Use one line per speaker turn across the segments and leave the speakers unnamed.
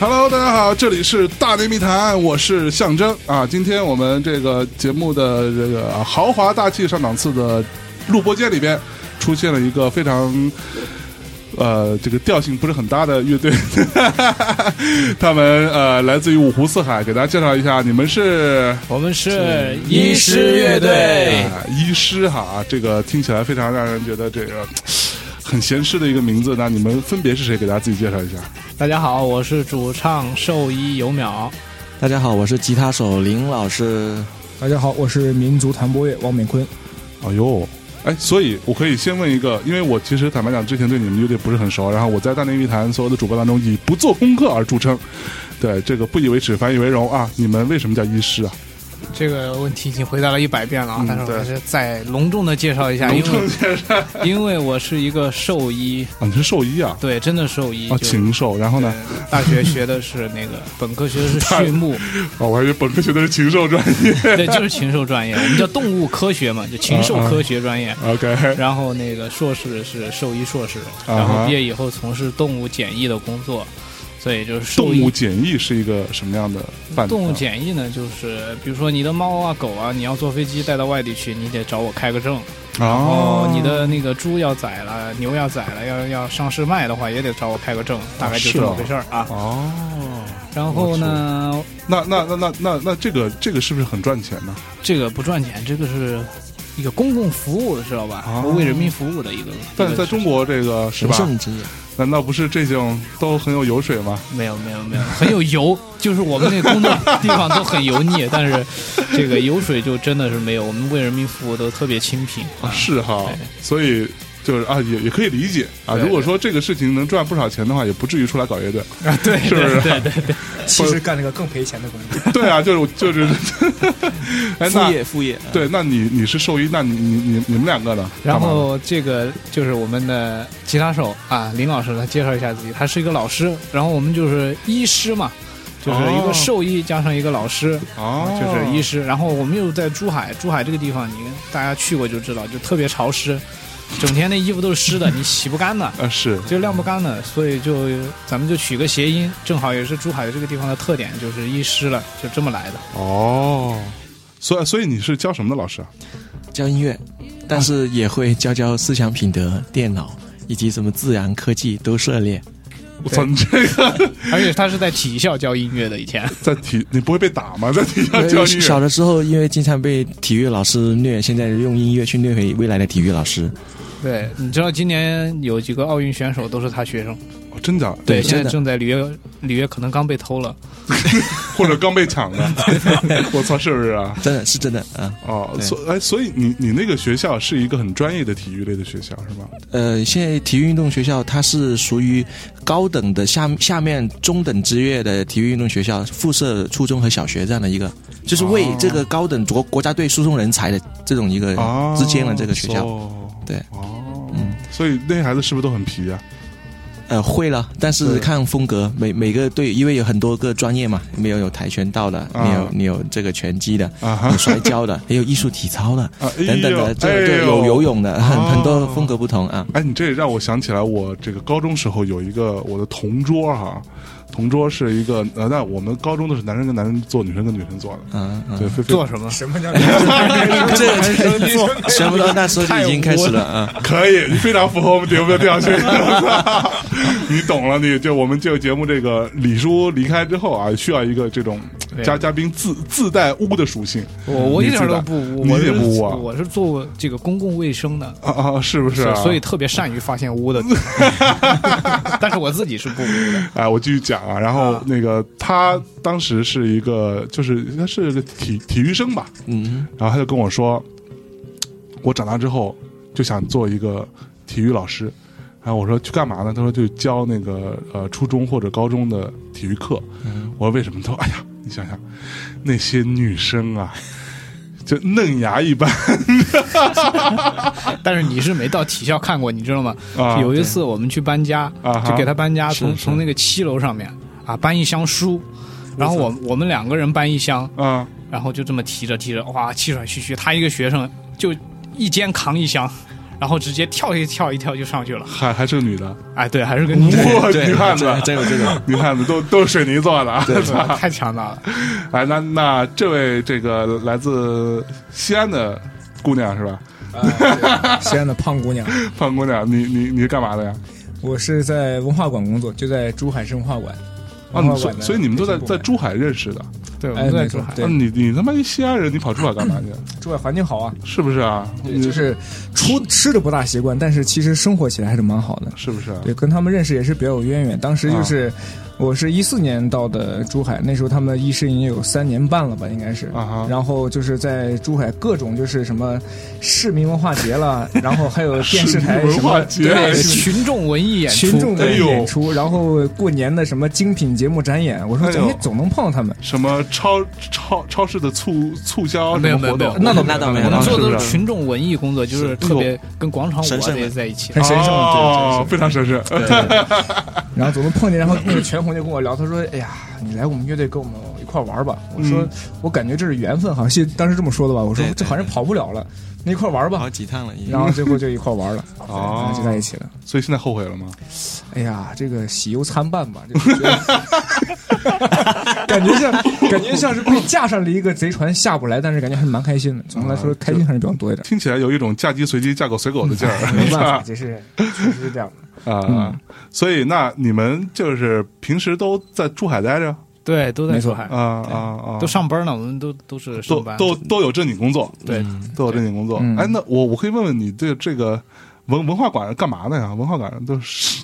Hello，大家好，这里是大内密谈，我是象征啊。今天我们这个节目的这个豪华大气上档次的录播间里边，出现了一个非常。呃，这个调性不是很搭的乐队，他们呃来自于五湖四海，给大家介绍一下，你们是
我们是
医师乐队
啊，医师哈，啊这个听起来非常让人觉得这个很闲适的一个名字。那你们分别是谁？给大家自己介绍一下。
大家好，我是主唱兽医尤淼。
大家好，我是吉他手林老师。
大家好，我是民族弹拨乐王美坤。
哎呦，哎，所以我可以先问一个，因为我其实坦白讲，之前对你们乐队不是很熟，然后我在大内密谈所有的主播当中以不做功课而著称，对这个不以为耻，反以为荣啊！你们为什么叫医师 啊？
这个问题已经回答了一百遍了啊
嗯，
但是
对
我还是再隆重的介绍一下，因为
先生啊，
因为我是一个兽医，
你是兽 医啊？
对，真的兽医，
啊，
就是
禽兽，然后呢？
对大学学的是那个，本科学的是畜牧，
哦，我还以为本科学的是禽兽专业。
对，就是禽兽专业，我们叫动物科学嘛，就禽兽科学专业。
OK，
然后那个硕士是兽医硕士，
哈
然后毕业以后从事动物检疫的工作，所以就是兽
动
医
物检疫是一个什么样的范畴？啊
动物检疫呢，就是比如说你的猫啊、狗啊，你要坐飞机带到外地去，你得找我开个证。
哦
哦，，你的那个猪要宰了，牛要宰了，要要上市卖的话，也得找我开个证，大概就这么回事儿啊。哦
哦，
然后呢，
那那那那那那这个这个是不是很赚钱呢？
这个不赚钱，这个是一个公共服务，知道吧？
哦
为人民服务的一个。
但
一
是
个
在中国这个是
神
吧？
圣职业，
难道不是这种都很有油水吗？
没有没有没有，很有油，就是我们那工作地方都很油腻，但是这个油水就真的是没有，我们为人民服务都特别清贫啊。
是哈
对，
所以就是啊，也也可以理解啊。
对
如果说这个事情能赚不少钱的话，也不至于出来搞乐 队。
啊，对
是不是
对对对对，
其实干了个更赔钱的工作。
对啊，就是就是 哎，
副
那
业副业。
对，那你你是兽医，那你你你你们两个呢？
然
干嘛呢
后这个就是我们的吉他手啊，林老师来介绍一下自己，他是一个老师，然后我们就是医师嘛，就是一
哦
个兽医加上一个老师，
哦，
就是医师。然后我们又在珠海，珠海这个地方你大家去过就知道，就特别潮湿，整天那衣服都是湿的，你洗不干的。
啊是
就晾不干的，所以就咱们就取个谐音，正好也是珠海这个地方的特点，就是医师了，就这么来的。
哦。所以，所以你是教什么的老师啊？
教音乐，但是也会教教思想品德、电脑以及什么自然科技都涉猎。
我操，你这个
而且他是在体校教音乐的，以前
在体，你不会被打吗？在体校
因
教
为
音
小
乐
的时候因为经常被体育老师虐，现在用音乐去虐回未来的体育老师。
对，你知道今年有几个奥运选手都是他学生。
哦真的，
对
现
真
在
的
正在里约，里约可能刚被偷了。
或者刚被抢 的，我操，是不是啊？
真的是真的啊。
哦，
对
所哎，所以你你那个学校是一个很专业的体育类的学校是吗？
呃，现在体育运动学校它是属于高等的下下面中等职业的体育运动学校，附设初中和小学这样的一个，就是为
哦
这个高等国国家队输送人才的这种一个
哦，
之间的这个学校。
哦
对，
哦，
嗯
所以那些孩子是不是都很皮啊？
呃，会了，但是
对
看风格，每每个队因为有很多个专业嘛，没有有跆拳道的，
啊
你有你有这个拳击的，
啊哈
有摔跤 的，也有艺术体操的。
啊，哎
等等的，
呦
这这有游。泳的，很
哦
很多风格不同 啊。
哎呦哎，你这也让我想起来，我这个高中时候有一个我的同桌哈、同桌是一个呃，那我们高中都是男生跟男生做，女生跟女生做的，
嗯嗯，
对，非非
做什么？
什么叫这
全部都那时候就已经开始了啊。
可以，你非常符合我们节目的 调性， 你懂了，你就我们这个节目这个李叔离开之后啊，需要一个这种
对
嘉嘉宾自自带污的属性
我我一点都不污，我
你也
是
不污啊
我是做这个公共卫生的，
啊啊，是不是啊、
所以特别善于发现 污的地方。但是我自己是不污的。
哎，我继续讲啊，然后
啊
那个他当时是一个，就是他是个体体育生吧，
嗯，
然后他就跟我说，我长大之后就想做一个体育老师，然后我说去干嘛呢？他说就教那个呃初中或者高中的体育课。我说为什么？他说哎呀，你想想那些女生啊，就嫩芽一般
但是你是没到体校看过，你知道吗？
啊
有一次我们去搬家，
啊哈
就给他搬家，从
是
从那个七楼上面啊搬一箱书，然后我我们两个人搬一箱，
啊，
然后就这么提着提着，哇，气喘吁吁。他一个学生就一肩扛一箱，然后直接跳一跳一跳就上去了。
还还是个女的，
哎，对，还是个女的，
哇，
对
女汉子，
真真有这种。
女汉子都都是水泥做的啊，
对吧太强大了。
哎，那那这位这个来自西安的姑娘是吧？
西安的胖姑娘，
胖姑娘，你你你是干嘛的呀？
我是在文化馆工作，就在珠海市文化馆。
啊，
文化
你
馆
所
嗯
的
所以你们都在
培训部
在
门
珠海认识的？
对，我
哎
们在
没
珠
错
海，
对
啊，你你他妈一西安人，你跑珠海干嘛去？
珠海环境好啊，
是不是啊？
对，就是出吃的不大习惯，但是其实生活起来还是蛮好的。
是不是啊？
对，跟他们认识也是比较有渊源。当时就是我是一四年到的珠海，那时候他们一师已经有三年半了吧，应该是。
啊哈
然后就是在珠海各种就是什么市民文化节了，然后还有电视
市
台
民文
什
化
么
节
对
哎
对
是
群众文艺演出，
群众
哎
的
呦
演出，然后过年的什么精品节目展演，我说怎
哎
么
呦
总能碰到他们？
什么超超超市的促促销
没
什
有
么活
没有
动？
没有
那倒没有那倒没有
我
啊
们做
是
的都
不
是
是
群众文艺工作，就是
是
特别跟广场舞
神
啊
圣
这些
的
在一起。
很神圣，
哦，
对
非
对对
常神圣。
然后总能碰见，然后那个全红就跟我聊，他说：“哎呀，你来我们乐队跟我们一块玩吧。”我说：“
嗯
我感觉这是缘分，好像是当时这么说的吧？”我说
对：“对
这好像跑不了了，那一块玩吧
跑。几趟了，”已经
然后最后就一块玩了，对
哦
然后就在一起了。
所以现在后悔了吗？
哎呀，这个喜忧参半吧，这个 感觉像感觉像是被架上了一个贼船下不来，但是感觉还是蛮开心的。总的来
啊
说，开心还是比较多一点。
听起来有一种嫁鸡随鸡，嫁狗随狗的劲儿，
没
是
办法，
吧？
这是确实是这样。
啊，所以那你们就是平时都在珠海待着
对，都在
没错
珠海
啊，啊啊，
都上班呢，我们都都是上
都
班。
都都有正经工作，
对，
都有正经工作。
嗯
哎，那我我可以问问你，对这个文文化馆干嘛的呀？文化馆都 是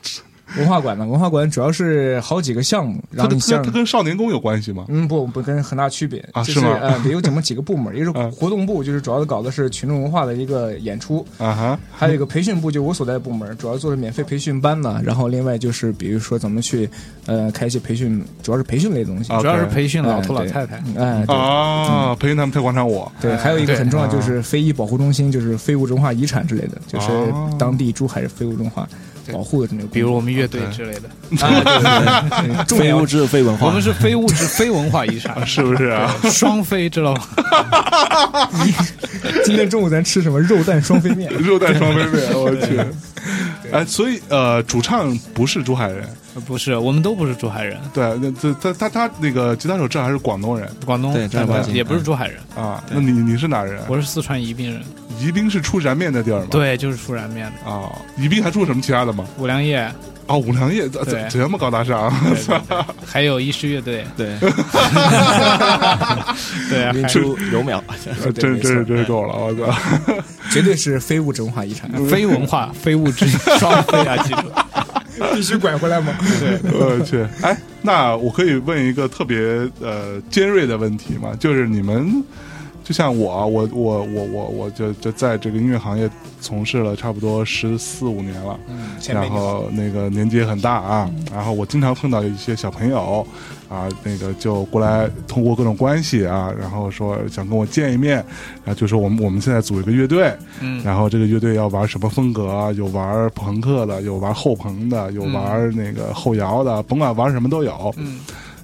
文化馆呢，文化馆主要是好几个项目，然
它
后
跟
你像
它跟少年宫有关系吗？
嗯，不不跟很大区别
啊
就
是
是
吗
呃，有这么几个部门，一个是
嗯
活动部，就是主要搞的是群众文化的一个演出，
啊哈，
还有一个培训部，就是我所在的部门，主要做的免费培训班呢。然后另外就是比如说咱们去呃开一些培训，主要是培训类的东西，呃
啊
主要是培训老头老
哎对
太太。
哎对。
啊，培训他们跳广场舞。
对，还有一个很重要就是非遗保护中心，就是非物质文化遗产之类的，就是
哦
当地珠海非物质文化保护的这么一个工作。
比如我们乐队之类的，
对 重
非
要
物质非文化，
我们是非物质非文化遗产，
是不是啊？
双飞知道吗？
今天中午咱吃什么肉蛋双飞面？
肉蛋双 飞面，我去！哎，所以呃，主唱不是珠海人，
不是，我们都不是珠海人，
对，啊那这他他他那个吉他手这还是广东人
广东
对正儿八经
也不是珠海人，
啊？那你你是哪人？啊
我是四川宜宾人。
宜宾是出燃面的地儿吗？
对，就是出燃面的
啊，宜宾还出什么其他的吗？
五粮液，
啊，五粮液这这
对
这么高大上，啊
对对对还有医师乐队，
对
对啊，
民
还
出刘淼，
呃真
没
真
错
是真是够了，我操！
绝对是非物质文化遗产，
非文化、非物质双飞啊，记住。
必须拐回来吗？
我去，哎，那我可以问一个特别呃尖锐的问题吗？就是你们，就像我啊，我我我我我就就在这个音乐行业从事了差不多十四五年了，
嗯，前辈
然
嗯你好
后那个年纪也很大啊，然后我经常碰到一些小朋友啊，那个就过来通过各种关系啊，然后说想跟我见一面，然后就说我们我们现在组一个乐队，
嗯，
然后这个乐队要玩什么风格啊？有玩朋克的，有玩后朋的，有玩那个后摇的，甭管玩什么都有。
嗯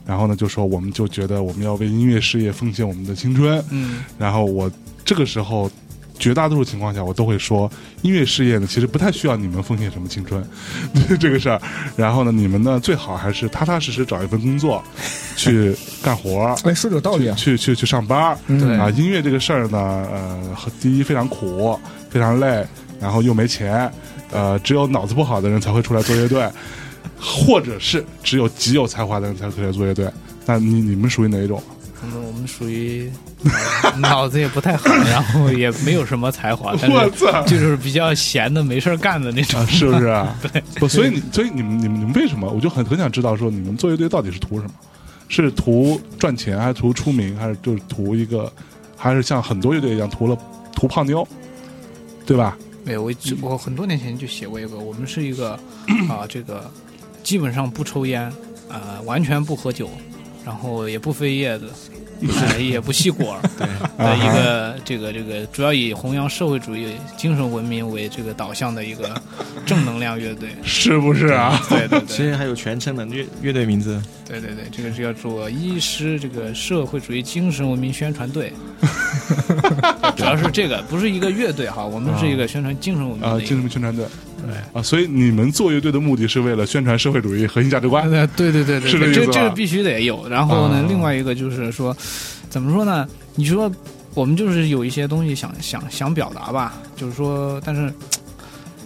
然后呢，就说我们就觉得我们要为音乐事业奉献我们的青春。
嗯，
然后我这个时候，绝大多数情况下，我都会说，音乐事业呢，其实不太需要你们奉献什么青春， 这个事儿。然后呢，你们呢，最好还是踏踏实实找一份工作，去干活儿。
哎，说的有道理啊，
去去去上班儿，
嗯
对
啊，音乐这个事儿呢，呃，和第一非常苦，非常累，然后又没钱，呃，只有脑子不好的人才会出来做乐队，或者是只有极有才华的人才可以做乐队。那你你们属于哪一种？
我们我们属于脑子也不太好，然后也没有什么才华，啊但
我
是
操！
就是比较闲的没事儿干的那种
啊，。是不是 啊？对，不，所以你，所以你们，你们，你们为什么？我就很很想知道，说你们做乐队到底是图什么？是图赚钱，还是图出名，还是就是图一个，还是像很多乐队一样图了图泡妞，对吧？
对，我
嗯
只我很多年前就写过一个，我们是一个啊、这个基本上不抽烟，呃，完全不喝酒，然后也不飞叶子，哎也不吸果儿的
啊
一个这个这个主要以弘扬社会主义精神文明为这个导向的一个正能量乐队。
是不是啊？
对对
其
对
实还有全称的乐乐队名字，
对对对，这个是叫做医师这个社会主义精神文明宣传 队，主要是这个，不是一个乐队哈，我们是一个宣传精神文明
啊，
的
精
一
神
个。
病宣传队，啊，所以你们做乐队的目的是为了宣传社会主义核心价值 观，
对啊对对对对，
是这意思
这
吧
这个必须得有。然后呢
啊，
另外一个就是说，怎么说呢？你说我们就是有一些东西想想想表达吧，就是说，但是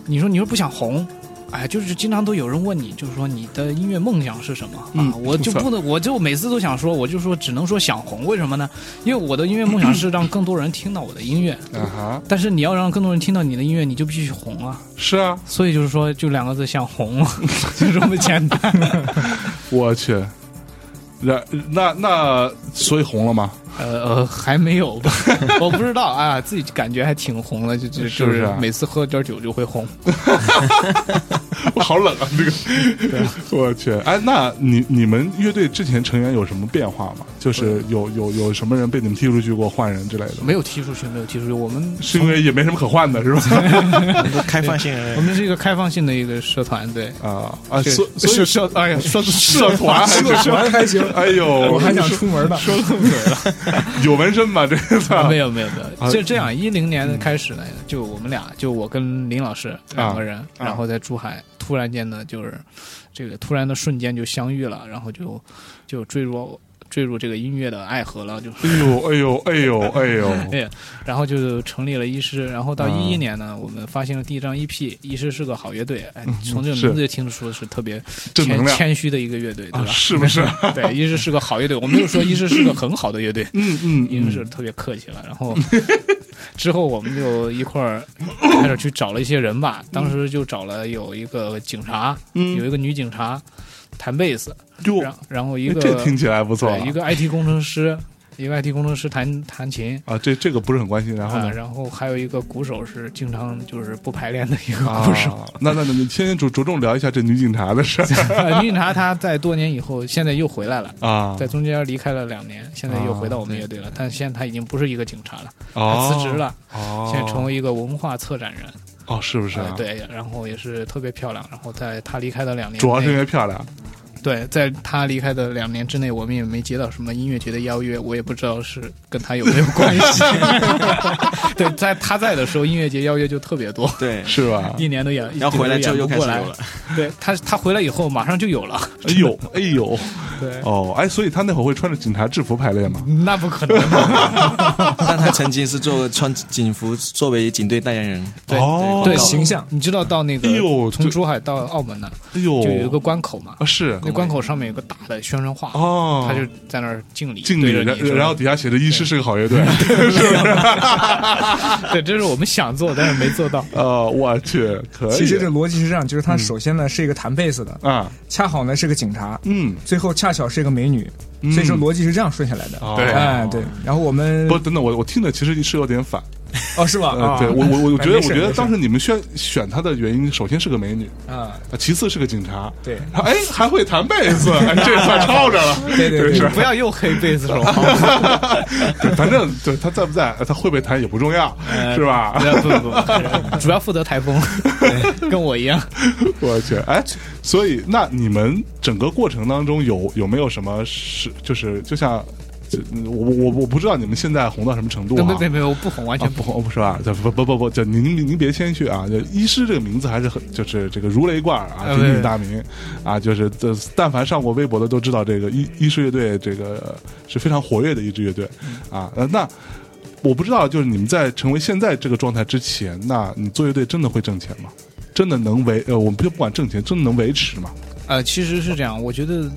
你说你说不想红。哎，就是经常都有人问你，就是说你的音乐梦想是什么、
嗯
啊？我就不能，我就每次都想说，我就说只能说想红，为什么呢？因为我的音乐梦想是让更多人听到我的音乐，
啊哈，
但是你要让更多人听到你的音乐，你就必须红啊。
是啊，
所以就是说，就两个字，想红， 就这么简单。
我去，然那那所以红了吗？
呃，还没有吧，我不知道啊，自己感觉还挺红的，就就是就
不是啊
每次喝点酒就会红。
我好冷 啊，这个，我去，哎，那你你们乐队之前成员有什么变化吗？就是有有有什么人被你们踢出去过，换人之类的？
没有踢出去，没有踢出去，我们
是因为也没什么可换的，是吧？
开放性
我们是一个开放性的一个社团，对。
啊啊，
对
所所
是
以
社，哎呀，说
社团还是
玩还行，
哎呦，
我还想出门呢。
说漏嘴了，
有纹身吗？这个
没有没有没
啊嗯
有，就这样，一零年的开始呢，就我们俩，就我跟林老师两个人，
啊
然后在珠海，突然间呢，就是这个突然的瞬间就相遇了，然后就就坠入坠入这个音乐的爱河了，就
哎呦，哎呦，哎呦，哎呦，
对，然后就成立了医师，然后到
嗯
一一年呢，我们发行了第一张 EP，医师是个好乐队，哎，从这
嗯
个
是
名字就听得出是特别
正能
谦
量
谦虚的一个乐队，对
啊，
吧？
是 不是？
对，医师是个好乐队，我没有说医师是个很好的乐队，
嗯 嗯，
医师是特别客气了。然后之后我们就一块儿开始去找了一些人吧，当时就找了有一个警察，
嗯
有一个女警察弹贝斯，
哟，
然
哎
然后一个
这听起来不错啊
对一个 IT 工程师，一个 IT 工程师弹弹琴。
啊，这这个不是很关心。然后
啊，
呢？
然后还有一个鼓手是经常就是哎不排练的一个
啊
鼓手。，
那那那，你先着着重聊一下这女警察的事儿
女警察她在多年以后，现在又回来了，
啊。
在中间离开了两年，现在又回到我们乐队了。但现在她已经不是一个警察了，她
哦，
辞职，了，
哦，
现在成为一个文化策展人。
哦，是不是啊
呃？，对，然后也是特别漂亮。然后在她离开的两年内，
主要是因为漂亮。
对，在她离开的两年之内，我们也没接到什么音乐节的邀约，我也不知道是跟她有没有关系。 对，在她在的时候，音乐节邀约就特别多。
对，
是 吧？
一年都演，
然后回来之后
演
又开
不
始
过
有
来
了，
对他，他回来以后马上就有了。
哎呦，哎呦，
对，
哦，哎，所以他那会儿会穿着警察制服排练吗？
那不可能。
但他曾经是做穿警服作为警队代言人，
对
哦，
对，
形象
你知道到那个
哎呦
从
这
珠海到澳门呢，
哎呦，
就有一个关口嘛
啊，是
那关口上面有个大的宣传画，
哦，
他就在那儿敬礼，
敬礼，
对着
然
你说
然后底下写着“医师是个好乐队”，
对，这是我们想做，但是没做到。
呃，我去，可以，
其实这逻辑是这样，就是他首先呢是一个弹贝斯的，
啊，
恰好呢是个警察，
嗯，
最后恰巧是一个美女，
嗯
所以说逻辑是这样顺下来的。
哦
哎对，然后我们
不，等等，我我听着其实是有点反，
哦是吧？
呃
啊，
对我我我我觉得
哎
我
没事
觉得
没事
当时你们选选她的原因，首先是个美女，
啊，
啊其次是个警察，
对
然后，哎，还会弹贝斯，哎这算抄着了，
对对对
是，
不要又黑贝斯手，
对，反正对他在不在，他会不会弹也不重要，
呃
是吧？
不不不，主要负责台风，跟我一样。
我去，哎，所以那你们整个过程当中有有没有什么是就是就像就嗯我我我不知道你们现在红到什么程度
没
啊？
没没，我不红，完
啊
全
不
不
红不是吧？就不不不不，就您您您别谦虚啊！就医师这个名字还是很就是这个如雷贯耳啊，
哎
鼎
对
鼎大名啊，就是这但凡上过微博的都知道，这个医医师乐队这个是非常活跃的一支乐队啊。呃那我不知道，就是你们在成为现在这个状态之前，那你做乐队真的会挣钱吗？真的能维呃，我们就不管挣钱，真的能维持吗？
呃，其实是这样，我觉得，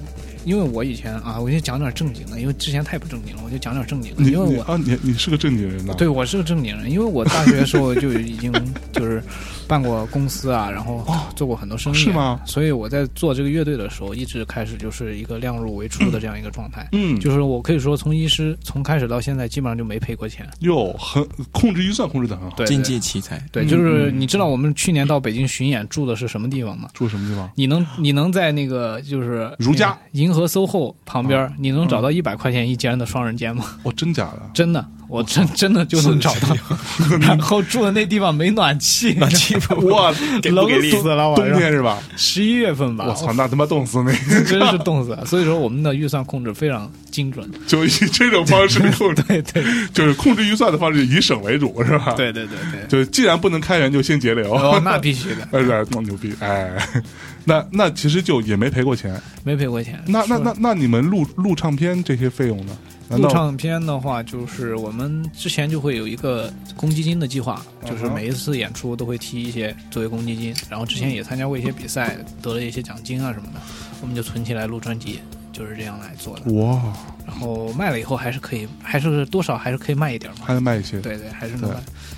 因为我以前啊，我就讲点正经的，因为之前太不正经了，我就讲点正经的，
你
因为
你
我
啊，你你是个正经人呐、
对我是个正经人，因为我大学的时候就已经就是办过公司啊，然后
哦
做过很多生意、啊
是吗？
所以我在做这个乐队的时候，一直开始就是一个量入为出的这样一个状态。
嗯，
就是我可以说，从医师从开始到现在，基本上就没赔过钱。
哟，很控制预算控制的很好。
对，
经济奇才，
对，
嗯
就是你知道我们去年到北京巡演住的是什么地方吗？
住什么地方？
你能你能在那个就是
如家
那个银河 SOHO 旁边儿，你能找到一百块钱一间的双人间吗？
哦，真假 的？
真的，我真真的就能找到。 然后住的那地方没暖气，暖气
哇，
给不给力
冷死了，晚
冬
上
天是吧？
十一月份吧，
我操，那他妈冻死你！
真是冻死了。所以说我们的预算控制非常精准。
就以这种方式控制，
对对
就是控制预算的方式，以省为主是吧？，
对对对对，
就是既然不能开源，就先节流。
哦，那必须的，
哎，对，多牛逼！哎， 那那其实就也没赔过钱。
没赔过钱。
那那
是
那那你们录录唱片这些费用呢？难
录
道
唱片的话，就是我们之前就会有一个公积金的计划，就是
嗯哼
每一次演出都会提一些作为公积金，然后之前也参加过一些比赛，得了一些奖金啊什么的，我们就存起来录专辑，就是这样来做的。
哇，
然后卖了以后还是可以，还是多少还是可以卖一点嘛。
还能卖一些？
对对，还是能
对
卖。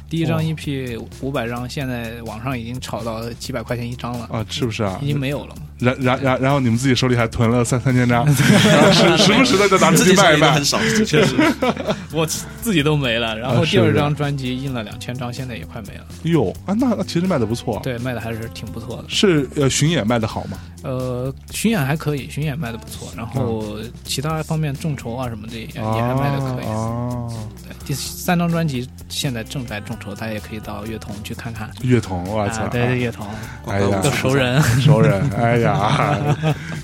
第一张
哇
EP 五百张，现在网上已经炒到几百块钱一张了，
啊，是不是啊
已？经没有了嘛。
然然然然后你们自己手里还囤了三三千 张，然后时时不时的 就拿出
自
去
己
卖一
手里都
卖
很。少，确实。
我自己都没了。然
啊
后
是
第二
是
张专辑印了两千张，现在也快没了。
哟啊，那那其实卖的不错。，
对，卖的还是挺不错的。
是呃巡演卖的好吗？
呃，巡演还可以，巡演卖的不错，然后
嗯
其他方面众筹啊什么的也、
哦
也还卖的可以。
啊，
对，第三张专辑现在正在众筹，大家也可以到乐童去看看。
乐童，我操
啊，！对对，乐童
哎呀
都，熟人，
熟人， 哎呀，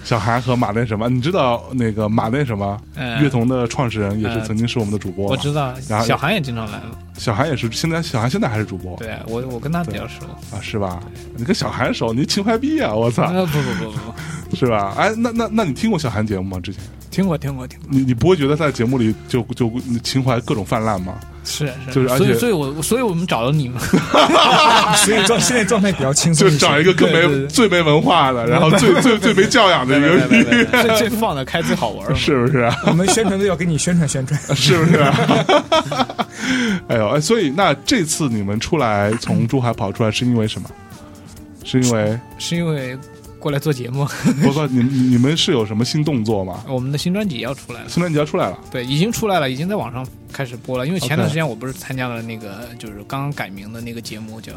小韩和马那什么，你知道那个马那什么
嗯
乐童的创始人也是
呃
曾经是我们的主播
我
嘛，
知道，
然后
小韩也经常来嘛。
小韩也是，现在小韩现在还是主播，
对啊我，我跟他比较熟。
啊，是吧？你跟小韩熟，你情怀逼啊，我操，
呃，不不不不不，
是吧？哎，那那那你听过小韩节目吗？之前
听过听过听过，
你你不会觉得他在节目里就就情怀各种泛滥吗？
是是，
就是而
所以
且
所以我所以我们找到 你们，
所以状现在状态比较轻松
就
一些，
找一个更
对对
没
对
最没文化的，然后最最最没教养的一个，
最最放得开最好玩嘛。
是不是啊？
我们宣传都要给你宣传宣传。
是不是？ 哎呦，哎，所以那这次你们出来从珠海跑出来是因为什么？是因 为
是因为过来做节目，
不不，你你你们是有什么新动作吗？
我们的新专辑也要出来了。
新专辑要出来了，
对，已经出来了，已经在网上开始播了。因为前
OK
段时间我不是参加了那个，就是刚刚改名的那个节目，叫《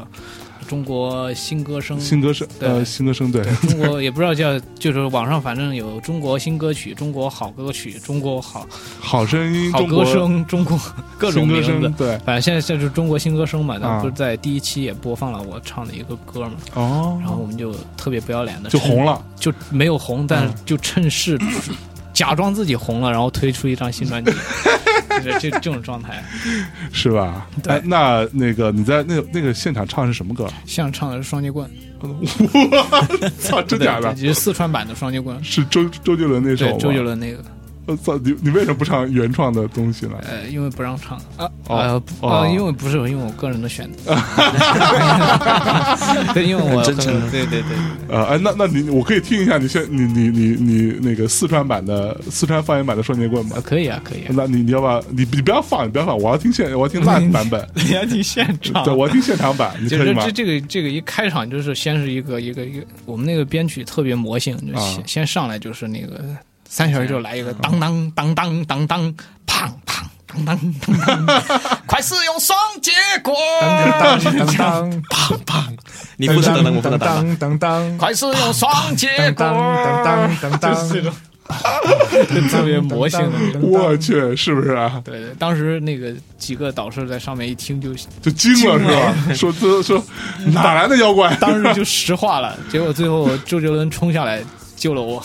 中国新歌声》。
新歌声呃，
对
新歌声对，
中国也不知道叫，就是网上反正有中国新歌曲、中国好歌曲、中国好
好声音，
好
中
歌
国
声、中国各种
新歌
名字
声。对，
反正现在现在就是中国新歌声嘛，咱
啊
们不是在第一期也播放了我唱的一个歌嘛，
哦，
然后我们就特别不要脸的
就红了，嗯
就没有红，但是就趁势 假装自己红了，然后推出一张新 专辑，就是这这种状态。
是吧？
对
哎，那那个你在那那个现场唱的是什么歌？
像唱的是双截棍，
操，真假的？
这是四川版的双截棍，
是周周杰伦那首
对
吗？
周杰伦那个，
我操，你你为什么不唱原创的东西呢？
呃，因为不让唱啊，
哦
呃不
哦
呃，因为不是因为我个人的选 择， 对，因为我
很真诚
对对对，
呃，哎，那那你我可以听一下你现你你你你那个四川版的四川方言版的双截棍吗
啊？可以啊可以 啊，
那你你要不要你你不要放你不要放，我要听现我要听 live 版 本，
你要听现场
对，我要听现场版，你
就
可
是
以吗
这？这个这个一开场就是先是一个一个一个，我们那个编曲特别魔性，就
啊
先、先上来就是那个三小一就来一个当当当当当当，砰砰当当当当， 快使用双截棍，
当当当当，
你不是等等，我不能等。
当当当
快使用双截
当
棍，
当当当当，
这种特别魔性的那种。
我去，是不是啊？
对对，当时那个几个导师在上面一听就，
就惊了是吧？说说 说哪来的妖怪？
当时就石化了。结果最后周杰伦冲下来救了我。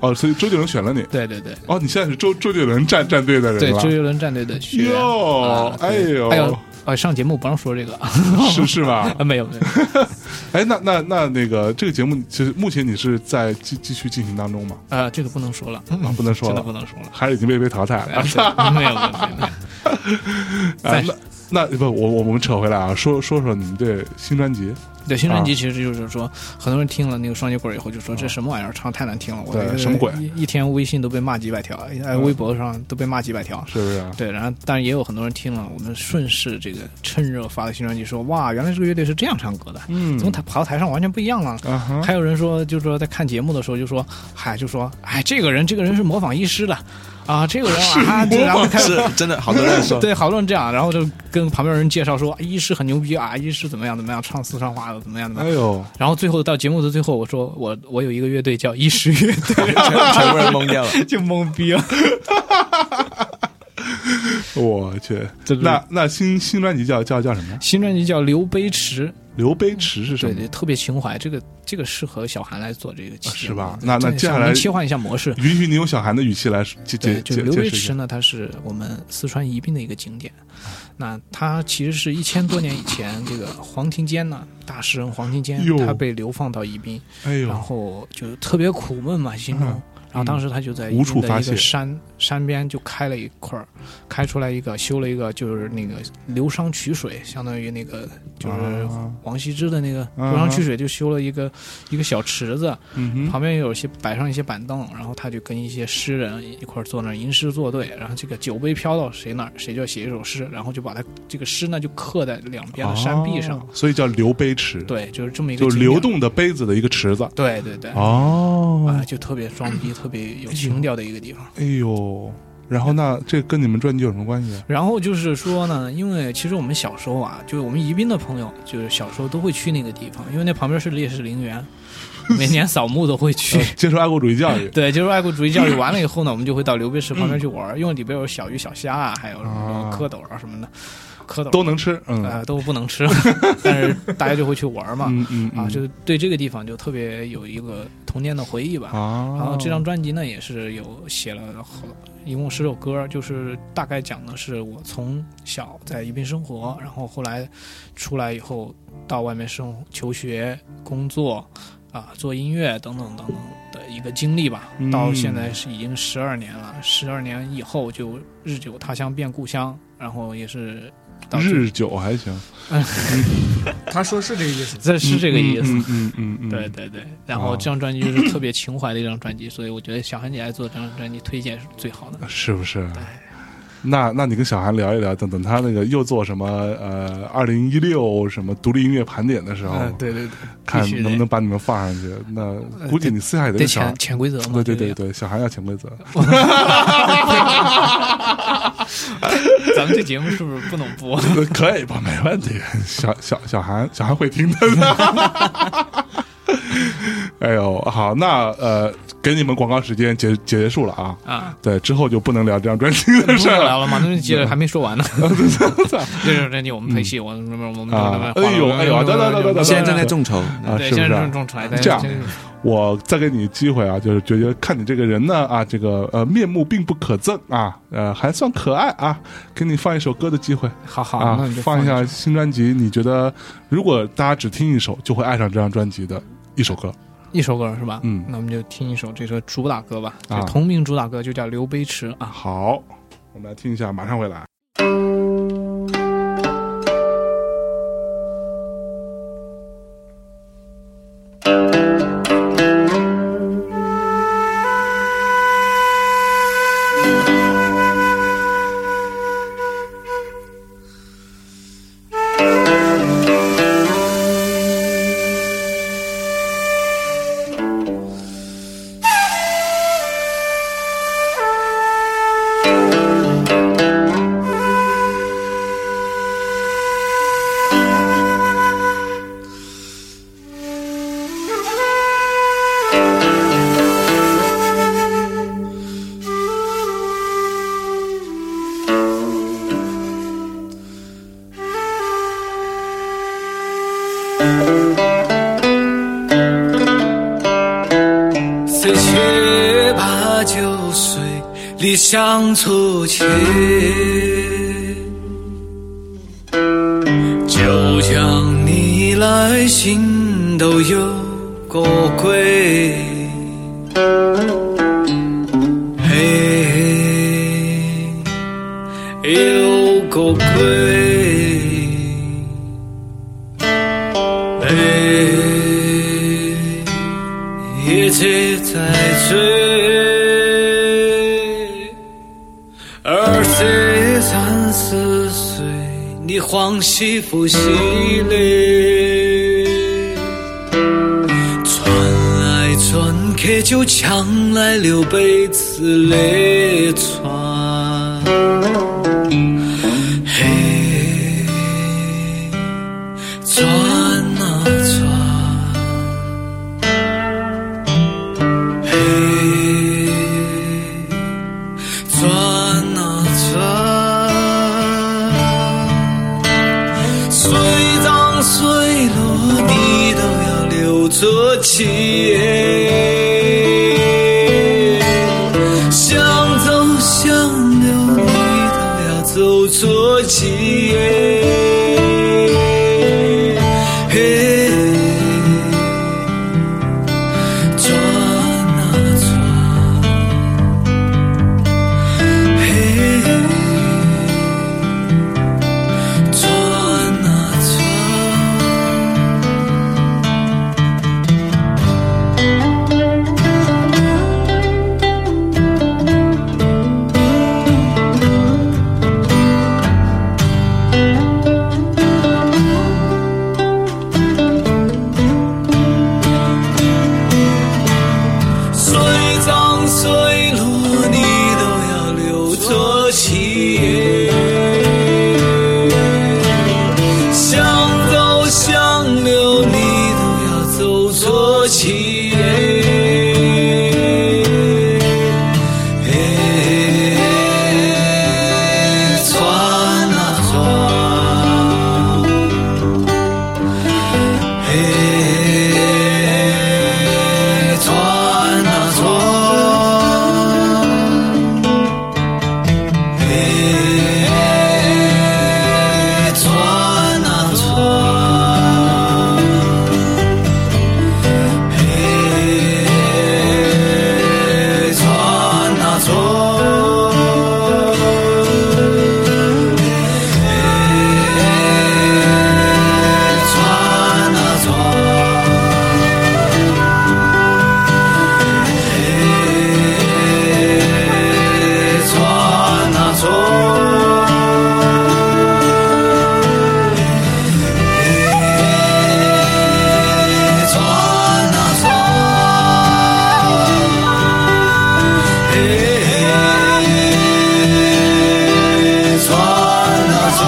哦，所以周杰伦选了你。
对对对，
哦，你现在是周周杰伦战战队的人
对
了
周。杰伦战队的学员。
哟
啊，
哎呦，
哎呦，呃，上节目不让说这个 啊，
是是吧？
没有没有，
哎，那那那那个这个节目，其实目前你是在继继续进行当中吗？
呃，这个不能说了，
啊，不能说
真的
了
不，能说了。 哎
还是已经被被淘汰了。
哎对没有没有没有没有，
哎
暂
那
时
那不，我我们扯回来啊，说说说你们这新专辑，
对，新专
啊
辑其实就是说，很多人听了那个双截棍儿以后就说这什么玩意儿，唱得太难听了。我
对
这个
什么鬼嗯
一？一天微信都被骂几百条，哎，微博上都被骂几百条。
是不是啊？
对，然后但是也有很多人听了，我们顺势这个趁热发的新专辑说，哇，原来这个乐队是这样唱歌的，
嗯
怎么台跑到台上完全不一样了？
啊哈，
还有人说，就说在看节目的时候就说，嗨，就说，哎，这个人这个人是模仿医师的啊，这个人啊，就然后开始。
是真的，好多人说，
对，好多人这样，然后就跟旁边人介绍说，哎医师很牛逼啊，医师怎么样怎么样，唱四川话的怎么样怎么样
哎。呦，
然后最后到节目的最后，我说我我有一个乐队叫医师乐队，
全全部人懵掉了。
就懵 逼了。
我去，
这是
那那新新专辑叫叫叫什么？
新专辑叫《刘杯池》，
刘杯池是什
对
么？
对，特别情怀，这个这个适合小韩来做这个企业
是吧
对
那那
这个
接下
小韩
来
切换一下模式。
允许你用小韩的语气来解
对，
解
就
解
是刘
解
碑
释一
池
下。
呢，它是我们四川宜宾的一个景点。那它其实是一千多年以前，这个黄庭坚呢，大诗人黄庭坚
哟，
他被流放到宜宾，
哎
然
呦，
后就特别苦闷嘛，心中。
嗯
然后当时他就在
嗯
宜
无处
宾的
发
一
泄
个山山边就开了一块儿，开出来一个修了一个就是那个流觞取水，相当于那个就是
啊
王羲之的那个
嗯
流觞取水，就修了一个一个小池子，
嗯哼，
旁边有一些摆上一些板凳，然后他就跟一些诗人一块儿坐那儿吟诗作对，然后这个酒杯飘到谁那儿，谁就写一首诗，然后就把他这个诗呢就刻在两边的山壁上，
哦，所以叫刘杯池，
对，就是这么一个
就是
景点
流，动的杯子的一个池子。
对对对，啊、
哦，
就特别装逼，特别有情调的一个地方。
哎呦，然后那这跟你们专辑有什么关 系啊？
然后就是说呢，因为其实我们小时候啊，就是我们宜宾的朋友，就是小时候都会去那个地方，因为那旁边是烈士 陵园，每年扫墓都会去。
呃接受爱国主义教育
对，接受爱国主义教育完了以后呢，我们就会到刘备池旁边去玩
嗯
儿，因为里边有小鱼小虾啊，还有什么
啊
蝌蚪啊什么的，蝌蚪
都能吃，嗯
呃都不能 吃，但是大家就会去玩儿嘛，
嗯嗯
啊，
嗯
就对这个地方就特别有一个童年的回忆吧。
啊，
然后这张专辑呢，也是有写了好，一共十首歌，就是大概讲的是我从小在宜宾生活，然后后来出来以后到外面生活求学、工作，啊、做音乐等等等等的一个经历吧。
嗯
到现在是已经十二年了，十二年以后就日久他乡变故乡，然后也是到这
日久还行，
他说是这个意思，
这是这个意思。
嗯嗯嗯嗯嗯，
对对对，然后这张专辑就是特别情怀的一张专辑，所以我觉得小韩姐来做这张专辑推荐是最好的。
是不是
对？
那那你跟小韩聊一聊，等等他那个又做什么呃，二零一六什么独立音乐盘啊点的时候，
嗯，对对对，
看
必须得
能不能把你们放上去。那
呃
估计你私下也
得
跟小
潜
韩，
潜规则
对
嘛。
对
这
对
个，
对，小韩要潜规则。
咱们这节目是不是不能播？
可以吧，没问题。 小小小韩，小韩会听的。 哎呦，好，那呃，给你们广告时间结结束了啊。
啊？
对，之后就不能聊这张专辑
不
的事
能
儿了
聊了嘛，那就接着还没说完 呢。这种专辑我们配戏，我们我们
啊哎呦哎呦等等等等等
现在正在众筹，
啊，
对，
是不是
现在正
啊？
种出来，
这样我再给你机会啊，就是觉得看你这个人呢啊，这个呃面目并不可憎啊，呃还算可爱啊，给你放一首歌的机会
好好，
啊
那你就，
放一
下
下。新专辑。你觉得如果大家只听一首，就会爱上这张专辑的一首歌？
一首歌是吧？
嗯
那我们就听一首这首主打歌吧，
啊
就同名主打歌就叫《刘杯池》啊。
好，我们来听一下，马上回来。
飞去把酒水里香促起，就像你来信都有个归。嘿，有个归。一起在追。二岁、三四岁，你欢喜不喜嘞？传来传去就抢来流杯子来传。嘿，传啊传，嘿，转啊转，随涨随落，你都要留着记忆。想走想留，你都要走着记忆。嘿，转啊转。嘿，转啊转。随涨随落，你都要留着起。想走想留，你都要走着起。转啊转。嘿，转啊转，嘿，转啊转，嘿，转啊转。转啊转，嘿，转啊转，嘿，转啊转，嘿，转啊转。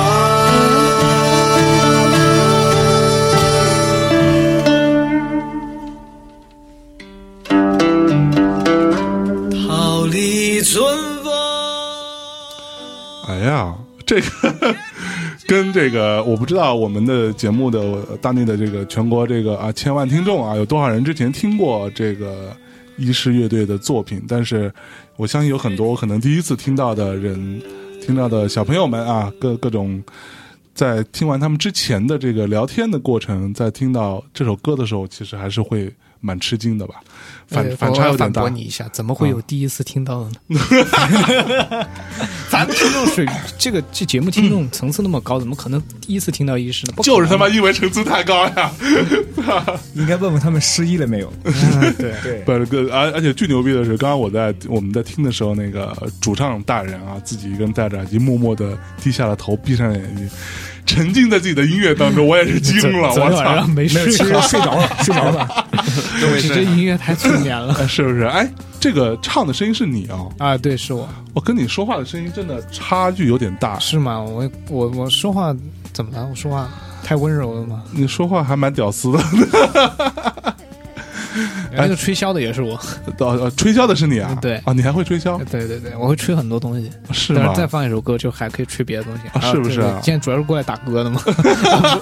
桃李春风。
哎呀，这个 跟这个我不知道我们的节目的呃大内的这个全国这个啊千万听众啊，有多少人之前听过这个啊医师乐队的作品？但是我相信有很多我可能第一次听到的人，听到的小朋友们啊，各各种。在听完他们之前的这个聊天的过程，在听到这首歌的时候，其实还是会蛮吃惊的吧，反
呃
反
我
差
要
有点
反
大嗯
驳。你一下，怎么会有第一次听 到的呢？
咱们听众水平，这个这节目听
嗯
众层次那么高，怎么可能第一次听到医师呢？不可
就是他
能
妈因为层次太高呀！
应该问问他们失忆了没有？对 对，
不是个，而而且最牛逼的是，刚刚我在我们在听的时候，那个主唱大人啊，自己一个人戴着耳机，默默的低下了头，闭上眼睛，沉浸在自己的音乐当中。我也是 惊了，
昨
我
天晚
操
上！没
没有，其
睡
实
啊，
睡着了，睡着了。
是 这音乐太催眠了
是不是？哎，这个唱的声音是你啊、
啊！对，是我
我跟你说话的声音真的差距有点大。
是吗？我我我说话怎么了？我说话太温柔了吗？
你说话还蛮屌丝的，哎
那个吹箫的也是我，
呃，吹箫的是你啊？
嗯对
啊，你还会吹箫
哎对对对，我会吹很多东西，
是
但
吗
是？再放一首歌就还可以吹别的东西，
啊是不是
对
啊
对现在主要是过来打歌 的嘛，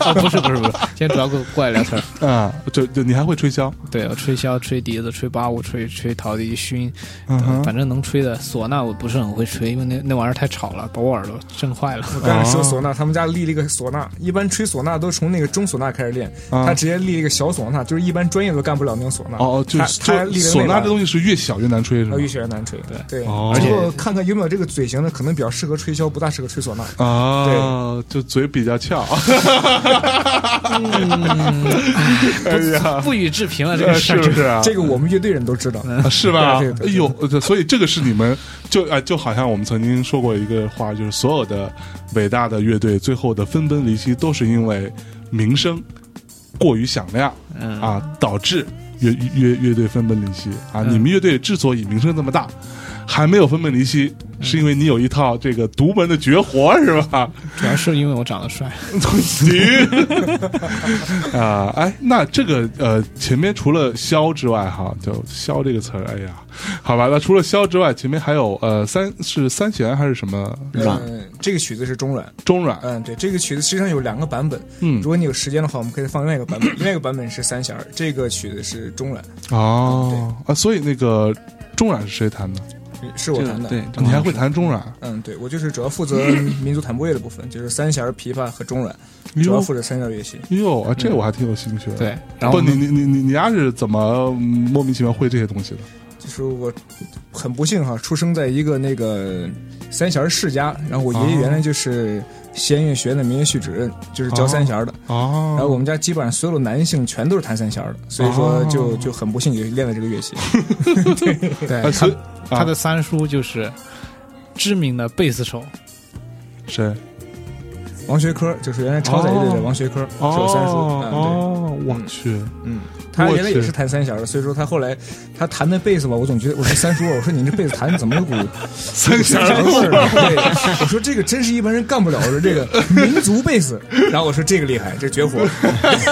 啊不是不是不是，现在主要过过来聊天儿。
啊，就就你还会吹箫？
对，我吹箫、吹笛子、吹八五、吹吹陶笛、埙，
嗯哼，
反正能吹的。唢呐我不是很会吹，因为那那玩意儿太吵了，把我耳朵震 坏了。
我刚才说唢呐，他们家立了一个唢呐，一般吹唢呐都是从那个中唢呐开始练，
啊
他直接立了一个小唢呐，就是一般专业都干不了那种唢唢呐。
哦，就
他
是就
他立
唢呐这东
西
西是越小越难吹是吧？
越学越难吹，对对。
哦
然后看看有没有这个嘴型的，可能比较适合吹箫，不大适合吹唢呐。
啊，就嘴比较 翘， 哎 呀，
不予置评啊，这
呃
个事
是
儿
不是啊？
这个我们乐队人都知道，
啊是吧？
对对
哎呦，呃所以这个是你们就啊、就好像我们曾经说过一个话，就是所有的伟大的乐队最后的分崩离析，都是因为名声过于响亮
嗯
啊，导致乐乐乐队分崩离析啊。你们乐队之所以名声这么大，还没有分崩离析，是因为你有一套这个独门的绝活，是吧？
主要是因为我长得帅，
你啊，哎，那这个呃，前面除了“箫”之外，哈，就“箫”这个词儿，哎呀，好吧，那除了“箫”之外，前面还有呃，三是三弦还是什么
软
嗯，这个曲子是中软，
中阮？
嗯，对，这个曲子实际上有两个版本，
嗯
如，果你有时间的话，我们可以放另外一个版本， 另外一个版本是三弦儿，这个曲子是中阮，
哦，啊，所以那个中阮是谁弹的？
是我弹的，
对，
你还会弹中阮？
嗯，对，我就是主要负责民族弹拨乐的部分，就是三弦儿、琵琶和中阮，主要
哟
负责嗯三角乐器。
哟啊，这我还挺有兴趣的。
对，然后
不，
我
你
们
你你你你丫是怎么嗯莫名其妙会这些东西的？
就是我很不幸哈，出生在一个那个三弦儿世家，然后我爷
哦
爷原来就是西安音乐学院的民乐系主任，就是教三弦儿的。
哦，
然后我们家基本上所有的男性全都是弹三弦儿的，所以说就
哦
就很不幸就练了这个乐 器。
哎，
对
所以
他的三叔就是知名的贝斯手，
谁？
王学科就是原来超载乐队的王学科，是我三叔。
哦
嗯，对。
哦，我去，
嗯，他
我
原来也
去
是弹三弦的，所以说他后来他弹的贝斯吧，我总觉得我说三叔啊，我说你这贝斯弹得怎么有股
三弦
三弦味儿呢？对，我说这个真是一般人干不了，我说这个民族贝斯，然后我说这个厉害，这绝活，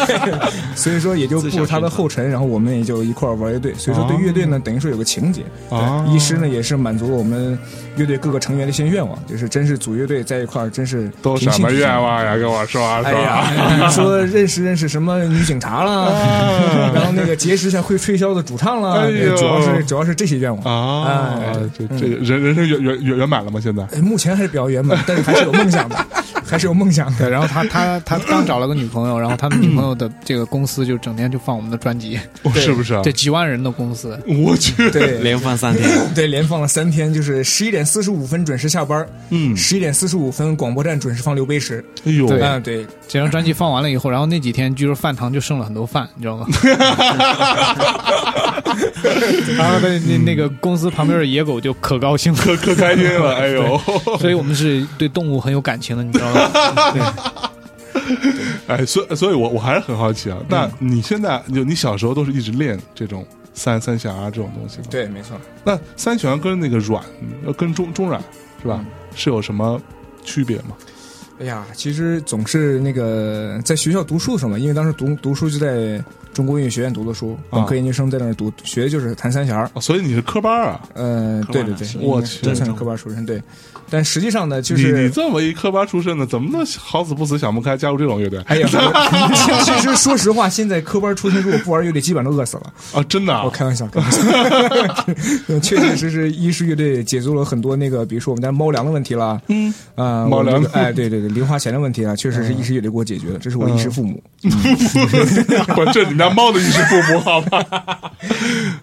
所以说也就步入他的后尘，然后我们也就一块儿玩乐队，所以说对
哦
乐队呢，等于说有个情节，
啊，
医师呢也是满足了我们乐队各个成员的一些愿望，就是真是组乐队在一块儿，真是
都
挺
什
幸
么
福的
愿望呀？跟我说啊
哎
说啊，
呀，比如说认识认识什么女警察啦，然后那个结识一下会吹箫的主唱啦，
啊哎呦
主要是主要是这些愿望。
啊
哎，
这这个人人生圆圆圆圆满了吗？现在
哎，目前还是比较圆满，但是还是有梦想的，还是有梦想的。
对，然后他他他 刚找了个女朋友，然后他们女朋友的这个公司就整天就放我们的专辑，
是不是啊？
这几万人的公司，
我去，
对
连放三天，
对，连放了三天，就是十一点四十五分准时下班，
嗯，
十一点四十五分广播站准时放刘碑石。
哎呦，
对
啊，对，
这张专辑放完了以后，然后那几天据说饭堂就剩了很多饭，你知道 吗？ 然后那那那个公司旁边的野狗就可高兴了，
可可开心 了，哎呦，
所以我们是对动物很有感情的，你知道吗？
哎，所以所以我我还是很好奇啊。那你现在就你小时候都是一直练这种三三弦啊这种东西吗？，
对，没错。
那三弦跟那个软呃跟中中软是吧？是有什么区别吗？
哎呀，其实总是那个在学校读书什么，因为当时读读书就在中国音乐学院读的书，本
啊
科研究生在那儿读，学的就是弹三弦儿。
哦所以你是科班啊？
嗯，对对对，
我去
真算科班出身，对。但实际上呢，就
你你
是。
这么一科班出身的，怎么能好死不死想不开加入这种乐队？
哎呀，我其实说实话，现在科班出身，如果不玩乐队，基本上都饿死了。
啊，真的啊
我开玩笑， 开玩笑。确确实实，一是乐队解决了很多那个，比如说我们家猫粮的问题啦，嗯，啊，
猫粮嗯
我们这个哎，对对对，零花钱的问题啊，确实是一是乐队给我解决的，这是我衣食父母。
不，这你们家猫的衣食父母，好 吧？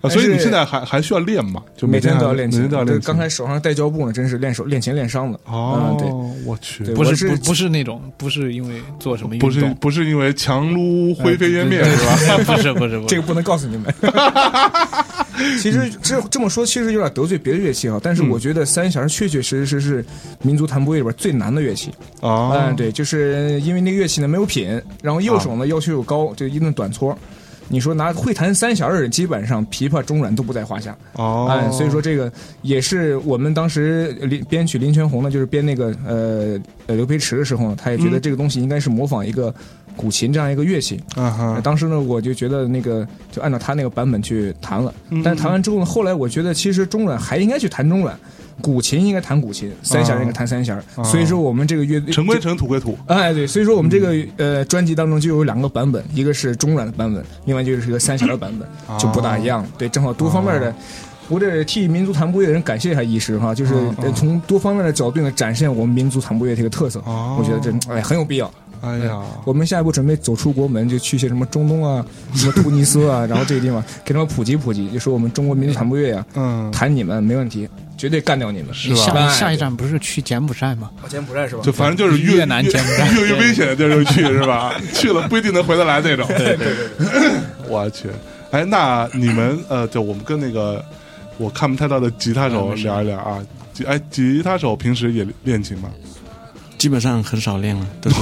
啊所以你
但是
现在还还需要练嘛？就
每天
还
都要练
每
琴，
天都要
这
练琴。
刚才手上戴胶布呢，真是练手练琴练伤的。
哦，
嗯，对，
我去，
对
不
我
是
是
不不是那种，不是因为做什么运
不
动，
是不是因为强撸灰飞烟
哎
灭
对
是吧？
不是不是不
这
是
个，不能告诉你们。其实这这么说，其实有点得罪别的乐器哈。啊但是我觉得三弦确确实实是民族弹拨乐里边最难的乐器。
啊
嗯，，对，就是因为那个乐器呢没有品，然后右手呢要求又高，就一顿短搓。你说拿会弹三弦的人，基本上琵琶、中阮都不在话下。
哦，
哎，所以说这个也是我们当时林编曲林全红呢，就是编那个呃呃刘培池的时候呢，他也觉得这个东西应该是模仿一个古琴这样一个乐器。
啊哈，
哎当时呢，我就觉得那个就按照他那个版本去弹了，但是弹完之后呢，后来我觉得其实中阮还应该去弹中阮，古琴应该弹古琴，三弦儿应该弹三弦儿。所以说我们这个乐队
尘归尘，土归土。
哎，对，所以说我们这个呃专辑当中就有两个版本，一个是中软的版本，另外就是一个三弦的版本，就不大一样了。对，正好多方面的，我得替民族弹拨乐的人感谢一下医师哈，就是呃从多方面的角度呢展现我们民族弹拨乐这个特色，我觉得这哎很有必要。
哎呀，
我们下一步准备走出国门，就去一些什么中 东啊、什么突尼斯啊，然后这个地方给他们普及普及，就说我们中国民族弹拨乐呀、
嗯，
弹你们没问题，绝对干掉你们，
是吧
下下一站不是去柬埔寨吗？
我柬埔寨是吧？
就反正就是越
越南柬埔寨
越越危险的地儿就去是 吧？去了不一定能回得来那种。对对对，我去，哎，那你们呃，就我们跟那个我看不太到的吉他手聊一聊啊。吉哎，吉他手平时也练琴吗？
基本上很少练了，都是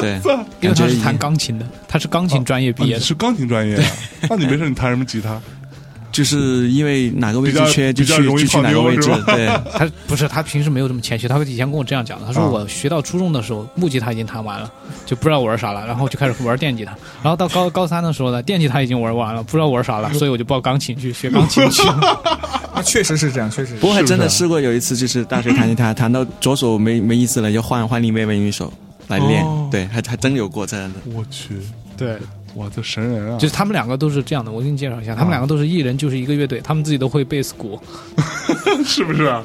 对，
因为他啊是
感觉
弹钢琴的，他是钢琴专业
啊
毕
你
业的。
是钢琴专业啊，那你没事你弹什么吉他？
就是因为哪个位
比
置
较
缺就
比较
去
容易
就去哪个
泡妞
位置
是吧，
对，
他不是他平时没有这么谦虚，他以前跟我这样讲的。他说
啊
我学到初中的时候，木吉他已经弹完了，就不知道玩啥了，然后就开始玩电吉他。然后到高高三的时候呢，电吉他已经玩完了，不知道玩啥了，所以我就报钢琴去学钢琴 去。
啊，确实是这样，确实是
不过还真的
是
试过有一次，就是大学弹吉他，弹到左手没没意思了，就换换另外另一手来练。
哦
对，还还真有过这样的。
我去，
对，
哇，这神人啊！
就是他们两个都是这样的。我给你介绍一下，他们两个都是一人就是一个乐队，他们自己都会贝斯鼓、
是不是啊？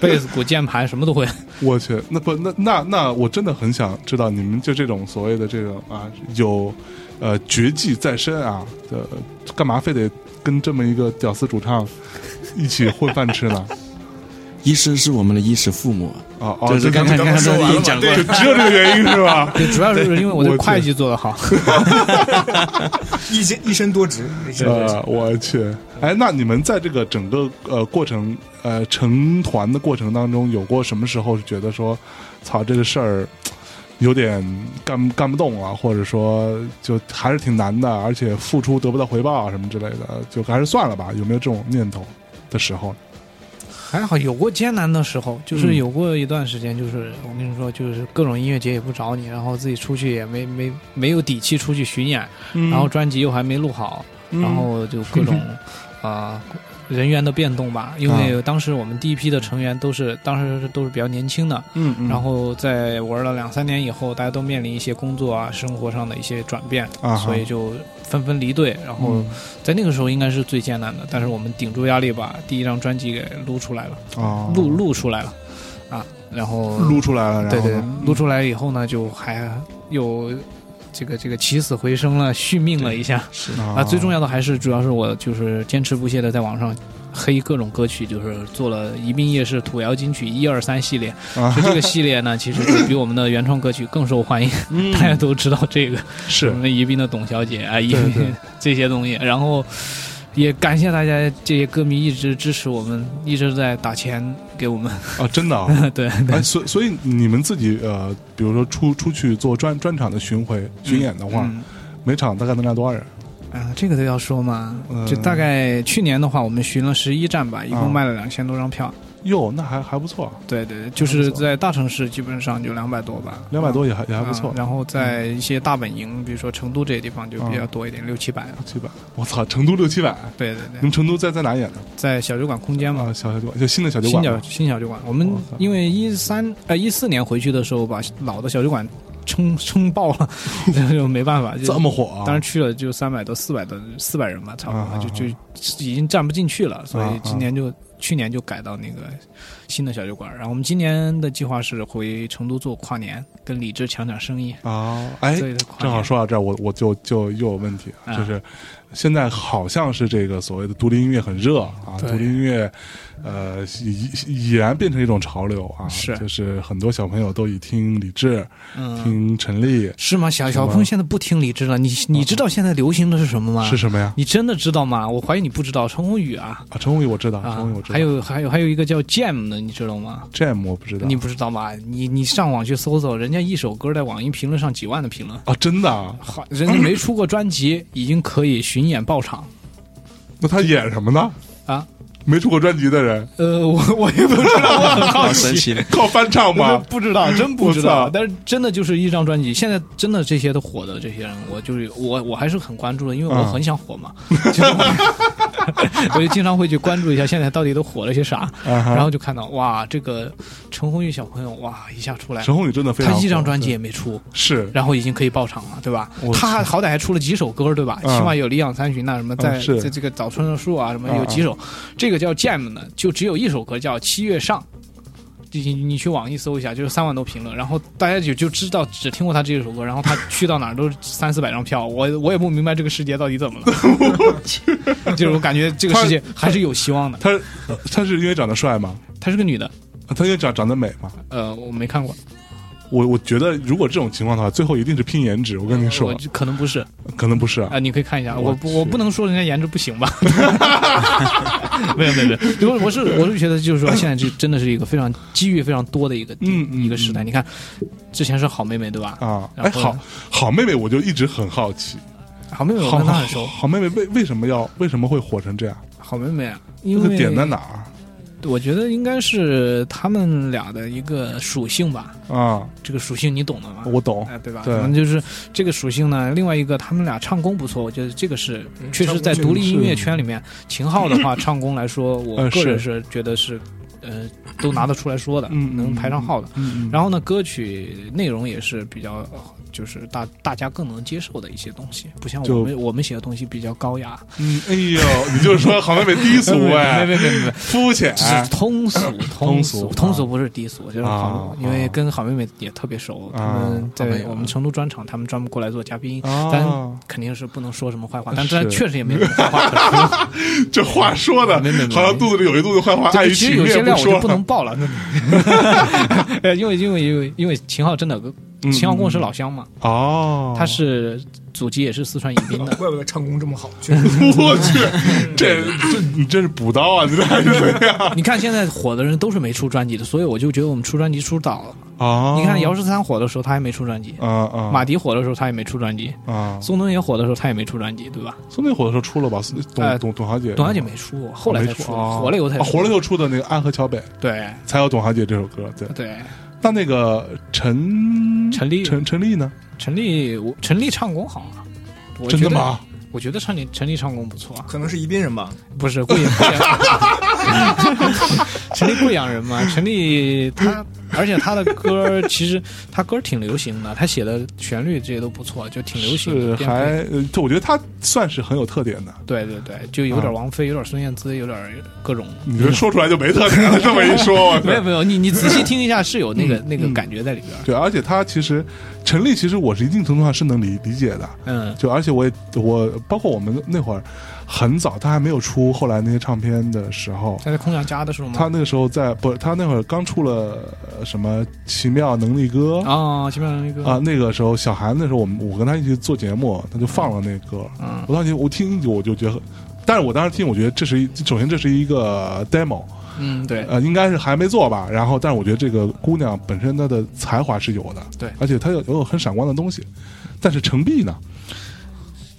贝斯鼓、键盘什么 都会。
我去，那不那那那我真的很想知道你们就这种所谓的这种啊有呃绝技在身啊，呃，干嘛非得跟这么一个屌丝主唱一起混饭吃呢？
医生是我们的衣食父母，
啊哦，
就是
就
刚才刚才已经讲过，
就只有这个原因是吧？
对，主要是因为我的
我
会计做得好。
一身一身多职，一身多职
呃，我去，哎，那你们在这个整个呃过程呃成团的过程当中，有过什么时候是觉得说，操这个事儿有点干干不动了，或者说就还是挺难的，而且付出得不到回报啊什么之类的，就还是算了吧？有没有这种念头的时候呢？
还好有过艰难的时候，就
嗯
是有过一段时间，就是、我跟你说，就是各种音乐节也不找你，然后自己出去也没没没有底气出去巡演，然后专辑又还没录好，
嗯
然后就各 种啊、人员的变动吧。因
啊
为当时我们第一批的成员都是当时都是比较年轻的，
嗯，嗯
然后在玩了两三年以后，大家都面临一些工作啊、生活上的一些转变，
啊哈嗯
所以就纷纷离队，然后。在那个时候应该是最艰难的，但是我们顶住压力把第一张专辑给录出来了，
啊
录录出来了，啊，然后
撸出来了，然
对
后
对
呢，
录出来以后呢，就还有这个这个起死回生了，续命了一下啊。最重
要
要的还是主要是我就是坚持不懈的在网上。黑各种歌曲，就是做了宜宾夜市土窑金曲一二三系列，
啊
就这个系列呢，其实就比我们的原创歌曲更 受欢迎，
嗯
大家都知道这个。
是
我们宜宾的董小姐啊，宜
对
宾 这些东西，然后也感谢大家这些歌迷一直支持我们，一直在打钱给我们。
啊，真的啊。
对，
哎，所所以你们自己呃，比如说出出去做专专场的巡回巡演的话，
嗯
每场大概能站多少人？
啊，这个都要说嘛
嗯，
就大概去年的话，我们巡了十一站吧，一
啊
共卖了两千多张票。
哟，那还还不错，
对对，就是在大城市基本上就两百多吧，
两百多也还也还不
啊
错。
然后在一些大本营，比如说成都这些地方就比较多一点，六七百了。
七百，我操，成都六七百，
对对
你
对，
们成都在在哪演的？
在小酒馆空间嘛，
啊，小小酒馆，就新的小酒
新
馆
小
吗。
新小酒馆，我们
哇塞
因为一三呃一四年回去的时候，把老的小酒馆撑撑爆了， 就没办法，就
这么火、啊，
当时去了就三百多、四百多、四百人吧，差
啊啊
不
啊
多就就已经站不进去了，所
啊啊
以今年就去年就改到那个新的小酒馆，然后我们今年的计划是回成都做跨年，跟李志抢抢生意。
啊，哎，
对的跨年
正好说到这儿，我我就就又有问题，
啊
就是现在好像是这个所谓的独立音乐很热啊，
对
独立音乐呃已已然变成一种潮流啊，
是
就是很多小朋友都以听李志、
嗯，
听陈粒
是吗？小
是吗啊
小朋友现在不听李志了，你你知道现在流行的是什么吗？
是什么呀？
你真的知道吗？我怀疑你不知道，陈鸿宇啊。
啊，陈鸿宇我知道，陈
啊
鸿宇我，知道，
还有还有还有一个叫 Jam 的，你知道吗？
Jam 我不知道，
你不知道吗？你你上网去搜搜，人家一首歌在网易评论上几万的评论，
啊，真的啊？
好，人家没出过专辑，已经可以巡演爆场
那他演什么呢？
啊。
没出过专辑的 人，
呃，我我也不知道，我很好
好神
奇。
奇的。
靠翻唱
我
吗？
不知道，真不知
我
道
操。
但是真的就是一张专辑，现在真的这些都火的这些人，我就是我我还是很关注的，因为我
嗯
很想火嘛。就是 我我就经常会去关注一下现在到底都火了些啥，
啊哈
然后就看到哇，这个陈鸿宇小朋友哇一下出来，
陈鸿宇真的非常
他
火，
一张专辑也没出，
是
然后已经可以爆场了，对吧
我？
他还好歹还出了几首歌，对吧？
嗯
起码有《里养三旬》呐，什么在
嗯是
在这个早春的树啊，什么
嗯
有几首。这个叫 Jam 呢，就只有一首歌叫《七月上》，你你去网易搜一下，就是三万多评论，然后大家就就知道只听过他这首歌，然 后他去到哪儿都是三四百张票，我我也不明白这个世界到底怎么 了，就是我感觉这个世界还是有希望的。
他他是因为长得帅吗？
她是个女的，
他因为长长得美吗？
呃，我没看过，
我我觉得如果这种情况的话，最后一定是拼颜值。我跟你说
我，就可能不是啊、
可能不是啊。
你可以看一下，
我
我不我不能说人家颜值不行 吧？没有没有没有，我我是我是觉得就是说现在这真的是一个非常机遇非常多的一个地
嗯嗯
一个时代，你看之前是好妹妹对吧？
啊，哎，
然后
好好妹妹，我就一直很好奇，
好妹妹我
好
跟她
好
很熟，
好妹妹为为什么要为什么会火成这样？
好妹妹啊，
这
因
个
为
点在哪儿
我觉得应该是他们俩的一个属性吧，
啊？
这个属性你懂的吗？
我懂
哎，对吧？
哦对
可能就是这个属性呢。另外一个，他们俩唱功不错，我觉得这个是
嗯
确实在独立音乐圈里面，秦昊的话唱功来说，我
呃
个人
是
是觉得是呃都拿得出来说的，
嗯嗯
能排上号的。
嗯嗯
然后呢，歌曲内容也是比较，呃就是大大家更能接受的一些东西，不像
就
我们我们写的东西比较高雅，
嗯，哎呦，你就是说好妹妹低俗
没
哎，
没没没没，
肤浅
只是 通俗，通
啊俗
俗，
啊
通俗不是低俗，就是好
啊，
因为跟好妹妹也特别熟，
啊
他们
好妹
在
妹
我们成都专场，他们专门过来做嘉宾，
啊
但！肯定是不能说什么坏话，但
是
但确实也没什么坏话可 说，
这话说的
没没没
好像肚子里有一肚子坏话，碍于
这个其实
情
有些
面
料我
说
就
了
不能爆了， 呃 因为因为因为因为秦昊真的，
嗯
秦昊跟我是老乡嘛，
哦。
他是祖籍也是四川宜宾的，
怪不得唱功这么好，确
嗯
实
我 去，这这你真是补刀啊！你这还是怎样
你看现在火的人都是没出专辑的，所以我就觉得我们出专辑出早了，
啊
你看姚十三火的时候他还没出专辑，
啊啊
马迪火的时候他也没出专辑。
啊！
宋冬野火的时候，他也没出专辑，对吧？
宋那火的时候出了吧？
哎
董董董小姐，啊
董小姐没出，后来才
没
出，
啊
火了以后才
啊
出。
火了以后出的那个《安河桥北》
对
才有董小姐这首歌。对，
对，
那那个陈
陈粒
陈陈丽呢？
陈粒，我陈粒唱功好啊。我
真
觉
的
得？
吗？
我觉得陈粒陈粒唱功不错啊，
可能是宜宾人吧。
不是贵阳贵阳， 陈粒贵阳人嘛，陈粒他，而且他的歌儿其实他歌儿挺流行的，他写的旋律这些都不错，就挺流行
是
的。颠沛
还，呃就我觉得他算是很有特点的。
对对对，就有
嗯
点王菲，有点孙燕姿，有点各种。
你这说出来就没特 点了，这么一说，我
嗯没有没有，你你仔细听一下，是有那个
嗯
那个感觉在里边儿。
对，而且他其实陈丽，其实我是一定程度上是能理理解的。
嗯，
就而且我也我包括我们那会儿很早，他还没有出后来那些唱片的时候，
他在空想家的时候吗？
他那个时候在不是他那会儿刚出了呃什么奇妙能力歌啊、
啊，奇妙的那个，
那个时候小韩那时候我们我跟他一起做节目，他就放了那歌，
嗯
我当时我听我就觉得很，但是我当时听我觉得这是一首先这是一个 demo，
嗯，对，
呃，应该是还没做吧。然后，但是我觉得这个姑娘本身她的才华是有的，
对
而且她有有很闪光的东西。但是程璧呢？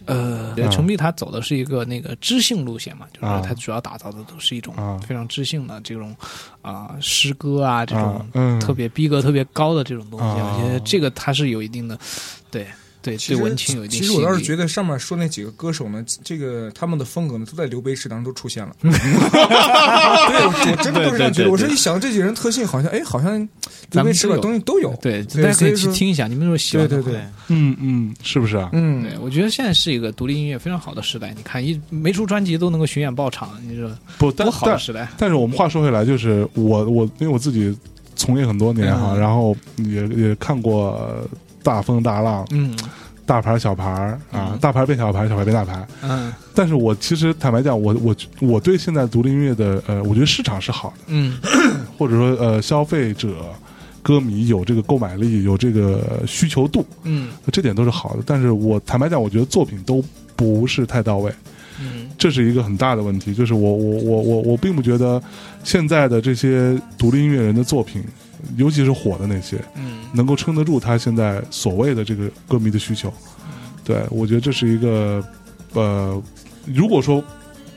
呃，
啊
程璧他走的是一个那个知性路线嘛，就是
啊
他主要打造的都是一种
啊
非常知性的这种啊诗歌啊这
啊
种，
嗯，
特别逼格特别高的这种东西，
啊
我觉得这个他是有一定的，对对
其
对
实
文青有一定
其
吸引
实我倒是
力。
觉得上面说那几个歌手呢，这个他们的风格呢，都在刘杯池当中都出 现了。对，我我真的都是这样觉得。我是一想这几个人特性，好像哎，好像刘杯池吧
咱们都有
东西都有。
对，
对
大家可以
所以
去
说
听一下，你们如果喜欢的话。
对对对
嗯嗯，是不是啊？
嗯
对，我觉得现在是一个独立音乐非常好的时代。你看，一没出专辑都能够巡演爆场，你说
不，但
多好的
但
时代！
但是我们话说回来，就是我我因为我自己从业很多年哈，
嗯
然后也也看过呃大风大浪，
嗯
大牌小牌儿啊，
嗯
大牌变小牌，小牌变大牌。
嗯
但是我其实坦白讲，我我我对现在独立音乐的呃，我觉得市场是好的。
嗯，
或者说呃消费者、歌迷有这个购买力、有这个需求度，
嗯
这点都是好的。但是我坦白讲，我觉得作品都不是太到位，
嗯
这是一个很大的问题。就是我我我我我并不觉得现在的这些独立音乐人的作品，尤其是火的那些，
嗯，
能够撑得住他现在所谓的这个歌迷的需求。
嗯
对我觉得这是一个呃，如果说。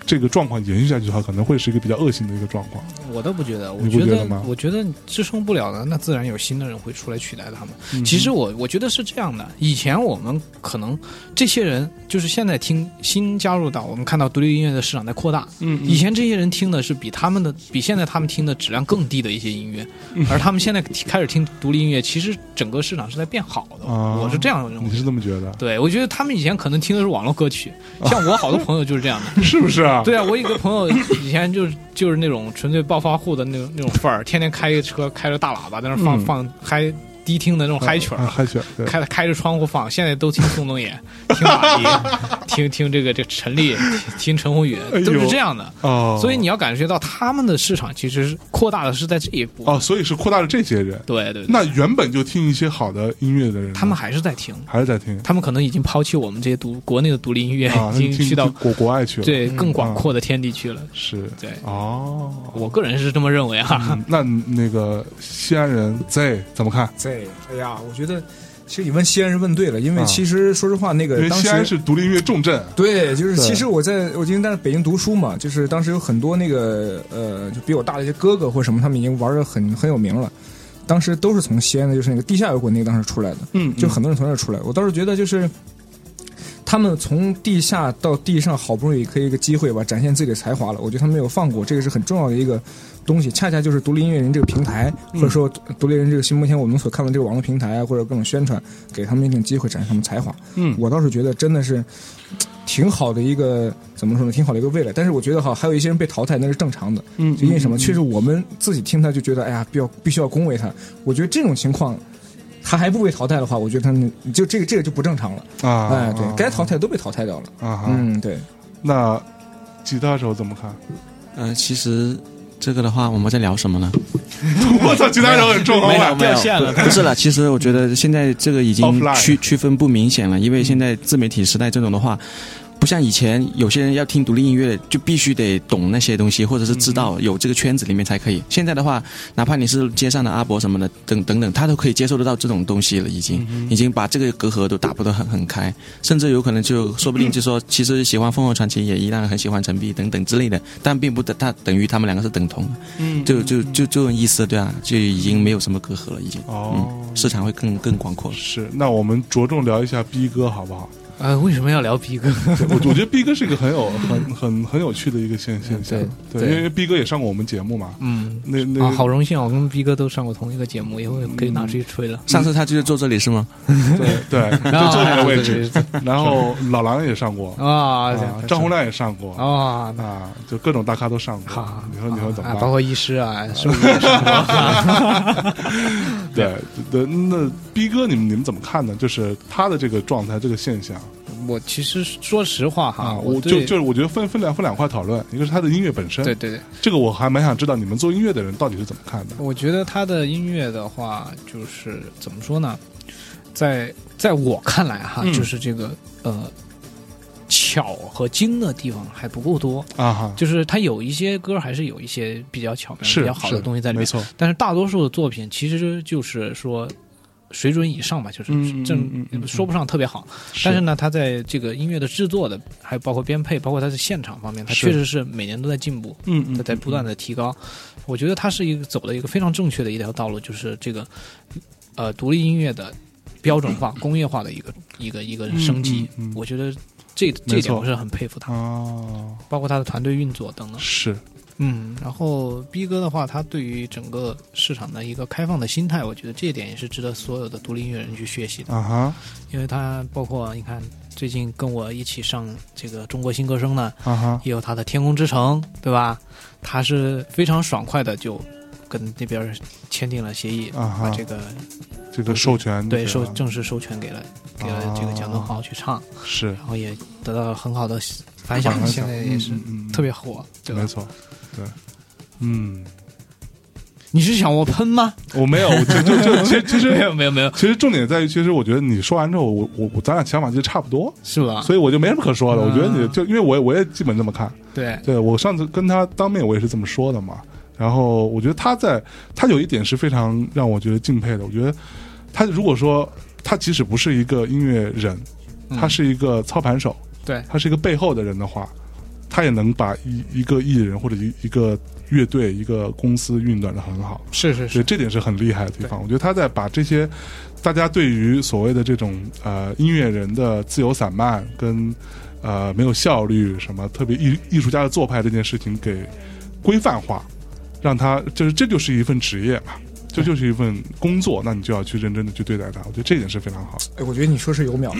这个状况延续下去的话，可能会是一个比较恶性的一个状况。
我倒不觉得，我
你不
觉
觉
得
得吗
我觉得支撑不了的，那自然有新的人会出来取代他们。
嗯
其实我我觉得是这样的，以前我们可能这些人就是现在听新加入到我们看到独立音乐的市场在扩大，
嗯嗯
以前这些人听的是比他们的比现在他们听的质量更低的一些音乐，
嗯
而他们现在开始听独立音乐，其实整个市场是在变好的。
啊
我是这样认
你
为
是
的。
这么觉得？
对，我觉得他们以前可能听的是网络歌曲，像我好多朋友就是这样 的。
是不是啊？吧？
对啊，我有一个朋友以前就是就是那种纯粹暴发户的那种那种范儿，天天开一个车，开着大喇叭在那放、
嗯
放嗨低听的那种嗨曲儿。
啊，嗨曲儿，对，
开开着窗户放，现在都听宋冬野，听马迪，听听这个这陈粒，听陈鸿宇
哎，呦
都是这样的。
哦，
所以你要感觉到他们的市场其实是扩大的是在这一步。
哦，所以是扩大了这些人。
对对对，
那原本就听一些好的音乐的人呢，
他们还是在听，
还是在听
他们可能已经抛弃我们这些独国内的独立音乐，
啊，
已经
听
去到
听国国外去了，，
对更广
啊
阔的天地去了。
是，
对
哦，
我个人是这么认为啊。
嗯那那个西安人 Z 怎么看？
这，哎呀，我觉得其实你问西安是问对了，因为
啊
其实说实话，那
因
个
为
当
西安
时
是独立音乐重镇，啊
对，就是
对
其实我在我今天在北京读书嘛，就是当时有很多那个呃，就比我大的一些哥哥或什么，他们已经玩的很很有名了。当时都是从西安的，就是那个地下摇滚那个当时出来的，
嗯
就很多人从这儿出来。我倒是觉得就是。他们从地下到地上，好不容易可以一个机会吧，展现自己的才华了。我觉得他们没有放过，这个是很重要的一个东西。恰恰就是独立音乐人这个平台，
嗯
或者说独立人这个新目前我们所看到这个网络平台啊，或者各种宣传，给他们一定机会展现他们才华。
嗯
我倒是觉得真的是挺好的一个怎么说呢，挺好的一个未来。但是我觉得哈，还有一些人被淘汰那是正常的，
嗯
就因为什么？确实我们自己听他就觉得，哎呀，必要必须要恭维他。我觉得这种情况。他还不被淘汰的话，我觉得他们就这个这个就不正常了。
啊，
哎，对
啊
该淘汰都被淘汰掉了。
啊，嗯，
嗯，对，
那吉他手怎么 看？
呃，其实这个的话，我们在聊什么呢？
我操，吉他手很重
没
啊
有，没有
掉线了
不是了。其实我觉得现在这个已经
Offline
区区分不明显了，因为现在自媒体时代这种的话，不像以前有些人要听独立音乐就必须得懂那些东西，或者是知
嗯
道有这个圈子里面才可以。现在的话，哪怕你是街上的阿伯什么的，等等等，他都可以接受得到这种东西了，已经
嗯
已经把这个隔阂都打破得很很开，甚至有可能就说不定就说，其实喜欢凤凰传奇也依然很喜欢陈碧等等之类的，但并不等他等于他们两个是等同的。
嗯
就就就这种意思，对啊，就已经没有什么隔阂了，已经。嗯
哦，
市场会更更广阔了。
是，那我们着重聊一下逼哥好不好？
呃，为什么要聊逼哥？
对 我我觉得逼哥是一个很有很很很有趣的一个现现象，
嗯对
对，
对
因为逼哥也上过我们节目嘛，
嗯。
那那
啊，好荣幸啊！我跟逼哥都上过同一个节目，以后
嗯
可以拿出去吹了。
上次他就是坐这里是吗？
对 对，就
然后
坐你的位
对
置，
对
然后老狼也上过
对，啊，
啊张洪亮也上过
啊，那
啊，就各种大咖都上过
好，，
你说你说怎
啊
么
包
办？
括医师啊，是不是也上过？
对对，那逼哥你们你们怎么看呢？就是他的这个状态这个现象 啊
我其实说实话哈，
我就
对
就是我觉得分分两分两块讨论，一个是他的音乐本身，
对对对，
这个我还蛮想知道你们做音乐的人到底是怎么看的。
我觉得他的音乐的话，就是怎么说呢，在在我看来哈，
嗯
就是这个呃巧和精的地方还不够多，
啊哈，
就是他有一些歌还是有一些比较巧妙、
是
比较好的
是
东西在里
没
面，
错，
但是大多数的作品其实就是说水准以上吧，就是
嗯嗯
正、
嗯嗯嗯
说不上特别好，但是呢，他在这个音乐的制作的，还有包括编配，包括他的现场方面，他
是
确实是每年都在进步，
嗯嗯
他在不断的提高。我觉得他是一个走的一个非常正确的一条道路，就是这个呃独立音乐的标准化、工业化的一个一个一个升级。
嗯嗯嗯嗯
我觉得这
没
这
错
点我是很佩服他，
哦，
包括他的团队运作等等。
是
嗯，然后逼哥的话，他对于整个市场的一个开放的心态，我觉得这一点也是值得所有的独立音乐人去学习的。
啊哈
因为他包括你看，最近跟我一起上这个中国新歌声呢，
啊哈，
也有他的《天空之城》，对吧？他是非常爽快的就跟那边签订了协议，
啊哈
把这个
这个授权
对授
授
正式授权给了给了这个蒋东豪去唱，
是
然后也得到了很好的反响，嗯现在也是特别火，对
没
吧？
错，对，嗯，
你是想我喷吗？
我没有，我就就 就其实其
没
实
有没有没有，
其实重点在于，其实我觉得你说完之后，我我我咱俩想法其实差不多，
是吧？
所以我就没什么可说的。我觉得
啊
你就因为我也我也基本这么看，
对，
对我上次跟他当面我也是这么说的嘛。然后我觉得他在他有一点是非常让我觉得敬佩的。我觉得他如果说他即使不是一个音乐人，
嗯
他是一个操盘手，
对
他是一个背后的人的话，他也能把一一个艺人或者一一个乐队、一个公司运转的很好。
是是
所以
是，
这点是很厉害的地方。我觉得他在把这些大家对于所谓的这种呃音乐人的自由散漫跟呃没有效率什么特别艺艺术家的做派这件事情给规范化，让他就是这就是一份职业嘛。这就是一份工作，那你就要去认真的去对待它。我觉得这点是非常好。
哎，我觉得你说是有秒，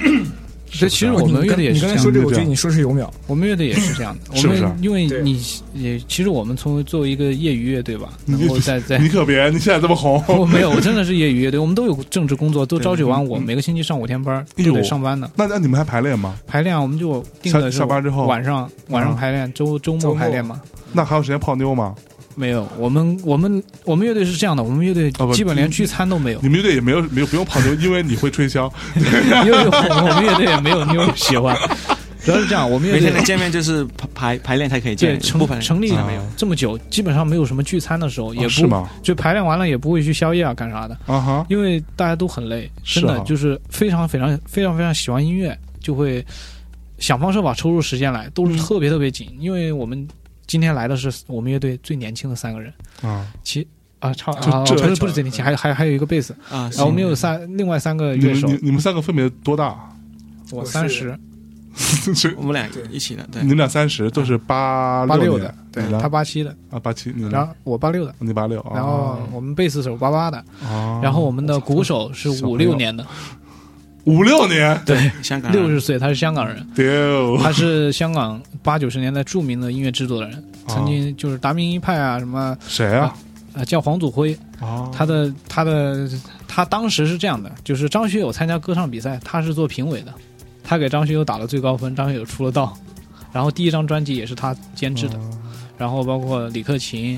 这其实我们乐队也
你
是这
刚才
样
说这
的，
个，我觉得你说是有秒，
我们乐队也是这样的。我
是不是
们因为
对
你也其实我们从作为一个业余乐队吧，然后在 在
你可别，你现在这么红，
我没有，我真的是业余乐队，我们都有正职工作，都朝九晚五，每个星期上五天班，
哎
都
呦
得上班的。
那那你们还排练吗？
排练我们就定的是
下下班之后啊
晚上晚上排练，周周
周
末
末
排练嘛。
那还有时间泡妞吗？
没有，我们我们我们乐队是这样的，我们乐队
哦不
基本连聚餐都没有，
你们乐队也没有没有不用泡妞，因为你会吹箫。
因为我们我们乐队也没有妞喜欢，主要是这样，我们乐
每天
队
的见面就是排排排练才可以
对
见，不排
成
练
成立
啊没有。
这么久，基本上没有什么聚餐的时候，也
哦
不
是吗？
就排练完了也不会去宵夜啊干啥的，
啊哈，
因为大家都很累，
是
真的
啊
就是非常非常非常非常喜欢音乐，就会想方设法抽出时间来，
嗯
都是特别特别紧，因为我们今天来的是我们乐队最年轻的三个人，
啊，
其啊唱
就
啊
这
不是不是最年轻，还有还有还有一个贝斯，
啊，
然后我们有三另外三个
你
乐
们
手
你，你啊们三个分别多大？
我
我是
三十，
是
我们俩一起的，对
你，们俩三十，都是八
啊八
六
六
年
的，对
你呢
他八七的，
啊八七，你
然
呢？
后我八六的。
你八六，哦
然后我们贝斯手八八的，
啊，
然后我们的鼓手是
小朋友
五六年的，
五六年，
对，
香港人 啊
六十岁，他是香港人，
丢
他是香港八九十年代著名的音乐制作人，曾经就是达明一派啊，什么
谁啊？
呃叫黄祖辉，
啊，
他的他的他当时是这样的，就是张学友参加歌唱比赛，他是做评委的，他给张学友打了最高分，张学友出了道，然后第一张专辑也是他监制的，然后包括李克勤、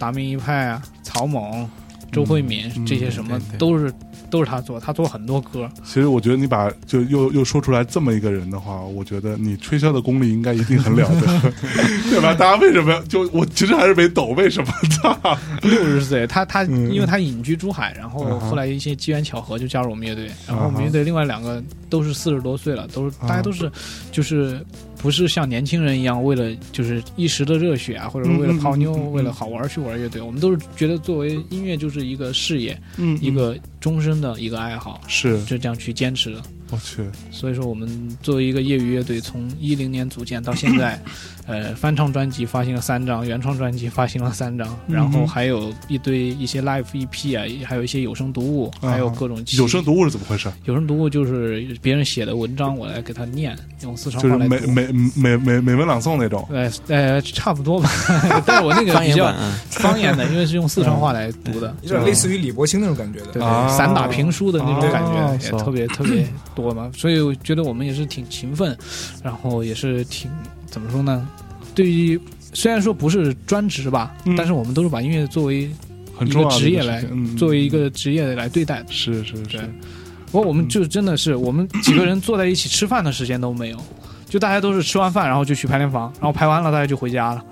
达明一派啊、曹猛、周慧敏、
嗯
这些什么
对对
都是都是他做，他做很多歌，
其实我觉得你把就又又说出来这么一个人的话，我觉得你吹箫的功力应该一定很了 得， 对吧？大家为什么就我其实还是没懂为什么操
六十岁，他他
嗯
因为他隐居珠海，然后
嗯哼
后来一些机缘巧合就加入我们乐队，然后我
嗯哼
们乐队另外两个都是四十多岁了，都是
嗯
大家都是就是不是像年轻人一样为了就是一时的热血啊，或者
嗯
为了
嗯
泡妞、
嗯嗯嗯
为了好玩去玩乐队，我们都是觉得作为音乐就是一个事业，
嗯
一个终身的一个爱好，
是
就这样去坚持的。
我去，
所以说，我们作为一个业余乐队，从一零年组建到现 在，呃，翻唱专辑发行了三张，原创专辑发行了三张，
嗯
然后还有一堆一些 live EP 啊，还有一些有声读物，
啊
还有各种
有声
读
读物是怎么回事？
有声读物就是别人写的文章，我来给他念，用四川
就是
话来
美
读。
美美美美文朗诵那种
呃呃，差不 多吧，但是我那个
方
比
言版
较
啊，
方言的，因为是用四川话来读
嗯
的，
有点类似于李伯清那种感觉的
对，。
啊
对，散打评书的那种感
啊
觉也特别特别多嘛，所以我觉得我们也是挺勤奋，然后也是挺怎么说呢？对于虽然说不是专职吧
嗯，
但是我们都是把音乐作为
很
一
重
个
要的
职业
事
来
情嗯
作为一个职业来对待的。
是是啊
对
是，
不过我们就
嗯
真的是我们几个人坐在一起吃饭的时间都没有，就大家都是吃完饭然后就去排练房，然后排完了大家就回家了，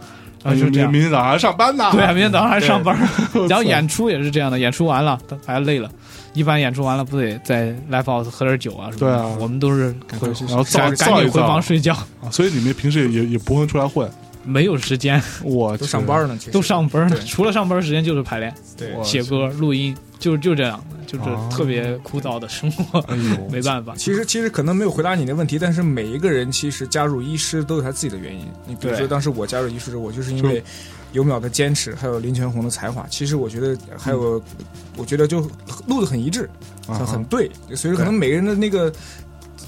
然后就这样。
明天早上还上班呢，
对啊，明天早上还上班儿， 然后演出也是这样的，演出完了大家累了，一般演出完了不得在 live house 喝点酒啊什
对
么的？
啊
我们都是
赶快去
然后造
赶赶
造一
紧回
造
房，睡觉，
啊所以你们平时也也也不会出来混，
没有时间，
我
都
去
上班呢，其实
都上班儿呢
对，
除了上班儿时间就是排练、
对
我
写歌、录音，就就这样的，就是
啊
特别枯燥的生活，
哎呦，
没办法。
其实其实可能没有回答你的问题，但是每一个人其实加入医师都有他自己的原因。你比如
对
说，当时我加入医师，我就是因为尤淼的坚持，还有林全红的才华。其实我觉得还有，我觉得就路子很一致，
啊
很很对，所以说可能每个人的那个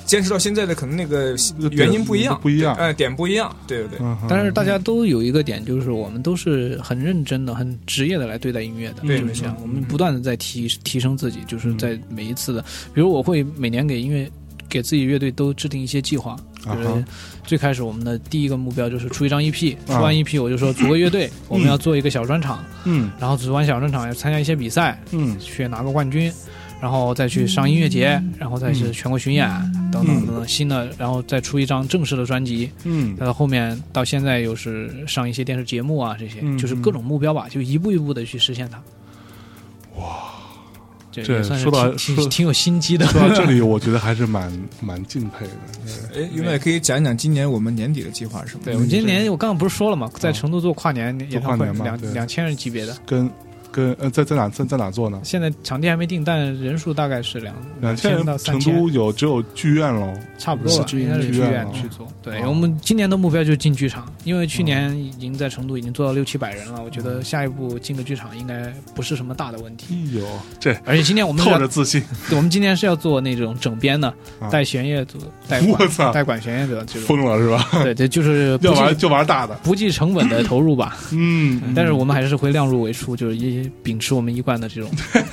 坚持到现在的可能那个原呃因不一样，
不一样
哎、点不一样，对对对。
嗯哼
但是大家都有一个点，就是我们都是很认真的、很职业的来对待音乐的，
对
就是
没错
这样。
嗯
我们不断的在提提升自己，就是在每一次的，比如我会每年给音乐。给自己乐队都制定一些计划，
啊哈
就是最开始我们的第一个目标就是出一张 EP，出
啊
完 EP 我就说组个 乐队，我们要做一个小专场，
嗯
然后组完小专场要参加一些比赛，
嗯
去拿个冠军，然后再去上音乐节，然后再
嗯
是全国巡演等等等等新的，然后再出一张正式的专辑，
嗯
再到后面到现在又是上一些电视节目啊，这些、
嗯
就是各种目标吧，就一步一步的去实现它。哇，这
这
也算是
说到
挺挺
说
挺有心机的。
说到这里，我觉得还是蛮蛮敬佩的。
哎，尤淼也可以讲一讲今年我们年底的计划是什么？嗯
对，我们今年我刚刚不是说了嘛，在
啊
成都做跨年演唱会
跨年，嘛
两
对
两千人级别的，
跟跟呃在在哪在在哪做呢？
现在场地还没定，但人数大概是两
两千
千
人
到，三
成
千，
都有只有剧院喽。
差不多吧，
是剧
应
院
该是剧
剧院
院
了
去做。对，
哦
我们今年的目标就是进剧场，因为去年已经在成都已经做到六七百人了，我觉
嗯
得下一步进个剧场应该不是什么大的问题。
哎呦，这
而且今年我们是
透
要
着自 信，
我们今年是要做那种整编的
啊，
带弦乐组、带
我
管
操
带管弦乐的这种，
疯了是吧？
对对，就是不
要玩
计
就玩大的，
不计成本的投入吧。
嗯，
但是我们还是会量入为出，就是一秉持我们一贯的这种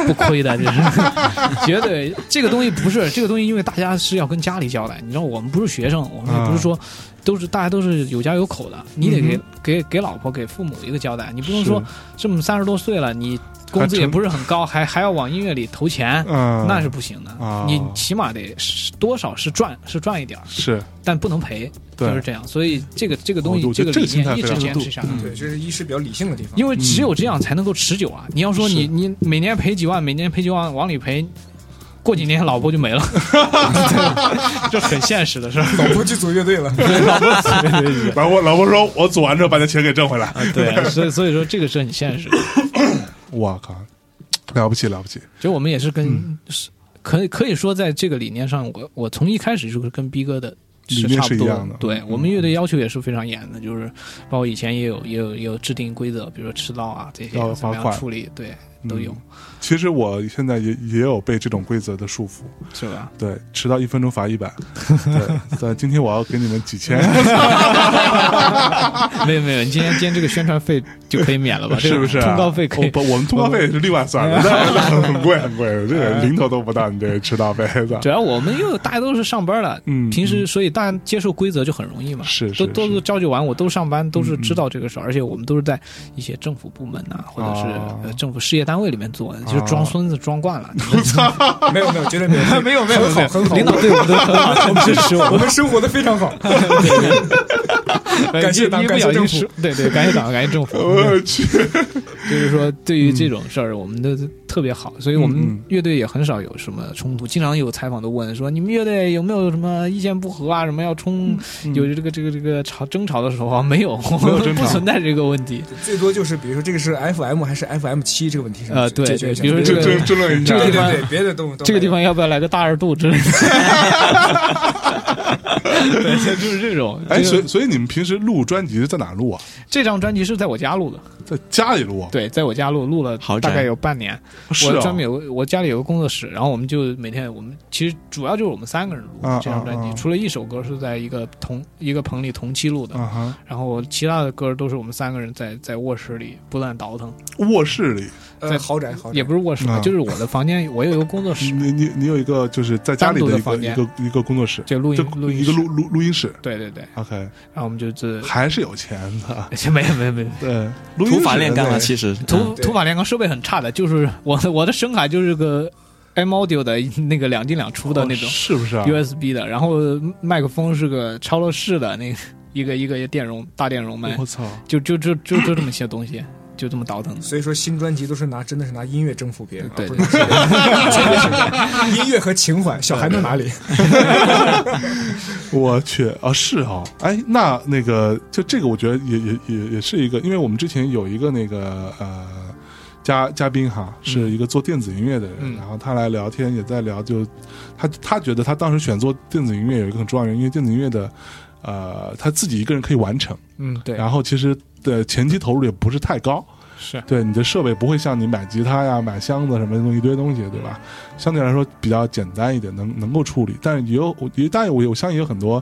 不亏的，就是 绝对这个东西不是这个东西，因为大家是要跟家里交代，你知道我们不是学生，我们也不是说都是大家都是有家有口的，你得给、
啊嗯
给给老婆给父母一个交代，你不能说这么三十多岁了，你工资
还
也
成
不是很高，还还要往音乐里投钱，
嗯，
那是不行的，
啊
你起码得是多少是赚是赚一点儿，
是
但不能赔，
对
就是这样，所以这个这个东
哦
西
我觉得
个
这个
理
心态
念一
非
直
常嗯
坚
对
持下来。
对，这是一是比较理性的地方。
因为只有这样才能够持久啊！你要说
嗯
你
是
你每年赔几万，每年赔几万往里赔，过几年老婆 就没了， 这很现实的事儿。
老婆去组乐队了，
老婆老婆说，我组完之后把那钱给挣回来。
对，所以 所以说这个是很现实的。
我靠，了不起了不起，
其实我们也是
嗯
跟，是可以可以说在这个理念上，我我从一开始就是跟逼哥的。
理
是
念
差不
是
多
一样的嗯
对我们乐队要求也是非常严的，就是包括以前也有也有也有制定规则，比如说迟到啊这些
要
怎么
罚款
样处理，对都有
嗯，其实我现在也也有被这种规则的束缚，
是 吧？
对，迟到一分钟罚一百。对，但今天我要给你们几 千，
没有没有，你今天今天这个宣传费就可以 免了吧？这个
是不是、啊？
通告费可以
哦不，我们通告费是另外 算的，那那很贵很贵，这个零头都不到，你这个迟到费的
主。要我们又大家都是上班了，
嗯
平时所以大家接受规则就很容易嘛，
是是
都都
是
是朝九晚五，都上班，都是知道这个事儿，而且我们都是在一些政府部门呐、或者是、
哦
呃政府事业单位里面做，就是装孙子装惯了，
没有没有，绝对没有， 没有没有，很好很好，
领导对我们都很好，很支持我
我
们，
们生活的非常好。 感谢党
一不
感谢
小心
政府
说，对对，感谢党，感谢政府，
我呃去，
就是说对于这种
嗯
事儿，我们都特别好，所以我们乐队也很少有什么冲突。经常有采访都问说，你们乐队有没有什么意见不合啊？什么要冲？有这个这个这个吵争吵的时候啊？没有，
嗯没 有争吵
不存在这个问题。
最多就是比如说这个是 FM 还是 FM 七这个问题上
呃对
解决一下
比如说
这
这
这
个
争论一下
这个
对对
地方
对，别的动
这个地方要不要来个大二 度之类的？对，就是这种。
哎，
这
所
个
以所以你们平时录专辑是在哪录啊？
这张专辑是在我家录的，
在家里录啊？
对，在我家录，录了
豪宅
大概有半年。
是
我
啊
专门有个我家里有个工作室，然后我们就每天我们其实主要就是我们三个人录
啊
这张专辑，
啊啊
除了一首歌是在一个同一个棚里同期录的，
啊哈，
然后其他的歌都是我们三个人在在卧室里不断倒腾，
卧室里，
呃
在
豪宅豪宅
也不是卧室吧，
啊嗯
就是我的房间，我有一个工作室，
你你你有一个就是在家里
单独
的
的
一个
房
一
间
个一个工作室，
就录
就
音录音
一个
室
录录录音室。
对对对，然
OK，
后我们就这，
还是有钱的。
没有没有没有。
对，录音室
土法炼钢了，
对
其实啊
土
对
土法炼钢设备很差的，就是我的我的声卡就是个 M Audio 的那个两进两出的那种，
是不是啊？
USB 的，然后麦克风是个超乐式的那个一个一个电容大电容麦
我，操！
就就就就就这么些东西，就这么倒腾的。
所以说新专辑都是拿真的是拿音乐征服别人啊，
对
不是 音乐和情怀，小孩能哪里？
我去啊，是哈、哎，那那个就这个，我觉得也也也也是一个，因为我们之前有一个那个呃嘉嘉宾哈，是一个做电子音乐的人，
嗯
然后他来聊天也在聊就，他他觉得他当时选做电子音乐有一个很重要的原因，因为电子音乐的呃他自己一个人可以完成，
嗯，对，
然后其实的前期投入也不啊是太高，
是
对你的设备不会像你买吉他呀、买箱子什么东西一堆东西，对吧？相对来说比较简单一点，能能够处理。但是也有，我也但我我相信有很多，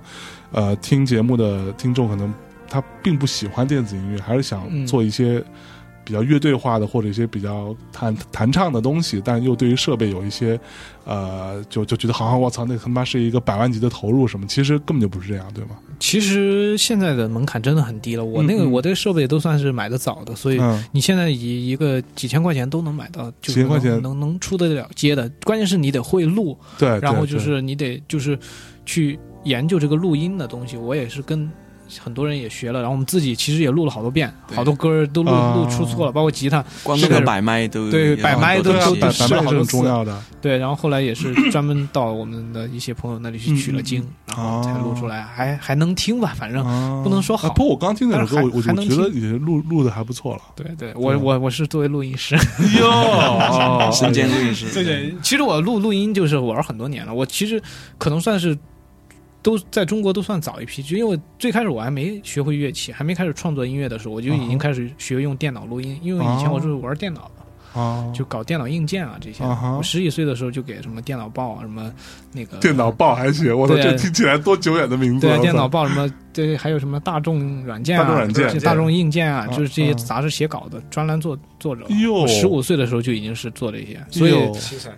呃，听节目的听众可能他并不喜欢电子音乐，还是想
嗯
做一些比较乐队化的或者一些比较弹弹唱的东西，但又对于设备有一些，呃，就就觉得好像我操，那他妈是一个百万级的投入什么，其实根本就不是这样，对吗？
其实现在的门槛真的很低了，我那
嗯
个
嗯
我这个设备都算是买的早的，所以
嗯，
你现在以一个几千块钱都能买到，
几
就是
千块钱
能能能出得了街的，关键是你得会录，
对，
然后
对
就
对
是你得就是去研究这个录音的东西，我也是跟。很多人也学了，然后我们自己其实也录了好多遍，好多歌都录
啊
录出错了，包括吉他，
光那个摆麦都
对
有
摆麦
好
都
对
多
啊
东西，
摆
是
摆卖是
好多
很
次
重要的。
对，然后后来 也是专门到我们的一些朋友那里
嗯
去取了经，然后才录出来，
哦
还还能听吧，反正、不能说好。
啊，不过我刚听那首歌，我我
但是还还能
我觉得
听
你录录的还不错了。
对对，我我我是作为录音师，
哟，哦
身兼录音师，
对对，其实我录录音就是玩很多年了，我其实可能算是都在中国都算早一批，就因为我最开始我还没学会乐器，还没开始创作音乐的时候，我就
嗯
已经开始学用电脑录音，因为以前我
哦
是玩电脑的，
啊，
哦就搞电脑硬件啊这些。
啊哈
我十几岁的时候就给什么电脑报啊，什么那个
电脑报还行，我操，
对啊
这听起来多久远的名字
对
啊！
啊，电脑
我操
报什么，对，还有什么大众软件啊、
大众软件
这些大众硬件啊，
对
就是这些
嗯嗯
杂志写稿的专栏作作者。
哟
我十五岁的时候就已经是做这些，所以
哟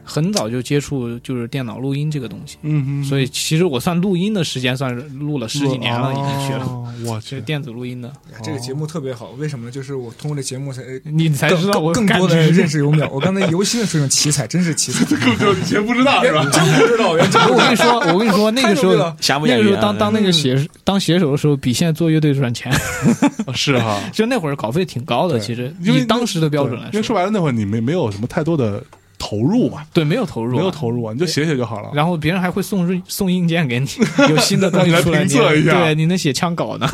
很早就接触就是电脑录音这个东西。
嗯，
所以其实我算录音的时间算是录了十几年了，已经学了，
哦。我
就是
去，
电子录音的。
这个节目特别好，为什么呢？就是我通过这节目才呃
你才
更
知道我
更
感
多的
觉
认识尤淼。我刚才游戏的时候奇才，真是 奇才，
根本就以前不知道是吧？
真不知道，原来
我跟你说，我跟 你说，那个时
太牛逼
候
了，
瑕不
那
掩
个
瑜
时候
啊
当当那
嗯
个写当写手的时候，比现在做乐队赚钱。
是哈，
就那会儿稿费挺高的，
对
其实
因为
以当时的标准来
因为说白了那会儿你没没有什么太多的投入嘛，
对，没有投入啊，
没有投入啊，你就写写就好了。
然后别人还会送日 送硬件给你，有新的东西出
来
来，
评
你
测一下
对，你能写枪稿 呢。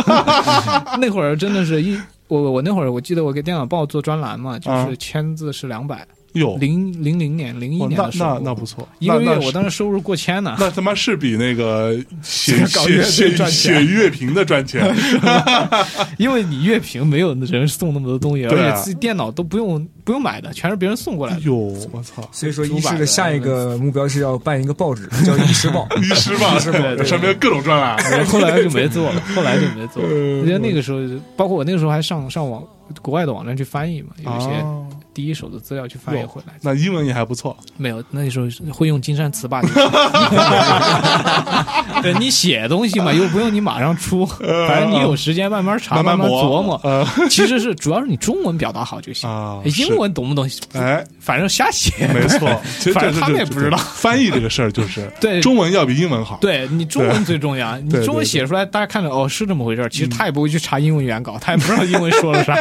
那会儿真的是一我我那会儿我记得我给电脑报做专栏嘛，就
啊
是签字是两百，
哟，
零零零年零一
哦
年
那
的时
那
候，
那不错，
一个
那
月
那
我当时收入过千呢。
那他妈是比那个写
搞
写
乐队
写
赚
写
钱
乐评的赚 钱，
因为你乐评没有人送那么多东西，而
对啊
且自己电脑都不用不用买的，全是别人送过来
哎
的。
呦，我操！
所以说，医师的下一
嗯
个目标是要办一个报纸，叫《医师报》。
医师吧，
医师吧对
上面各种专栏，
后来就没做了，后来就没 做了。
嗯
我觉得那个时候，包括我那个时候还上上网国外的网站去翻译嘛，有一些
哦
第一手的资料去翻译回来。
那英文也还不错，
没有，那时候会用金山词霸就 行。对你写东 西嘛，又不用你马上出，反正你有时间慢慢查、
呃慢慢
慢
磨
琢磨。
呃
其实是主要是你中文表达好就行，
啊，
英
是
文懂不懂，
哎，
反正瞎写。
没 错，其实这
反正
是
他们也不知道
翻译这个事儿， 就是
对
中文要比英文好，
对你中文最重要，你
对嗯
中文写出来，大家看着哦是这么回事儿，其实他也不会去查英文原稿，他也不知道英文说了 啥。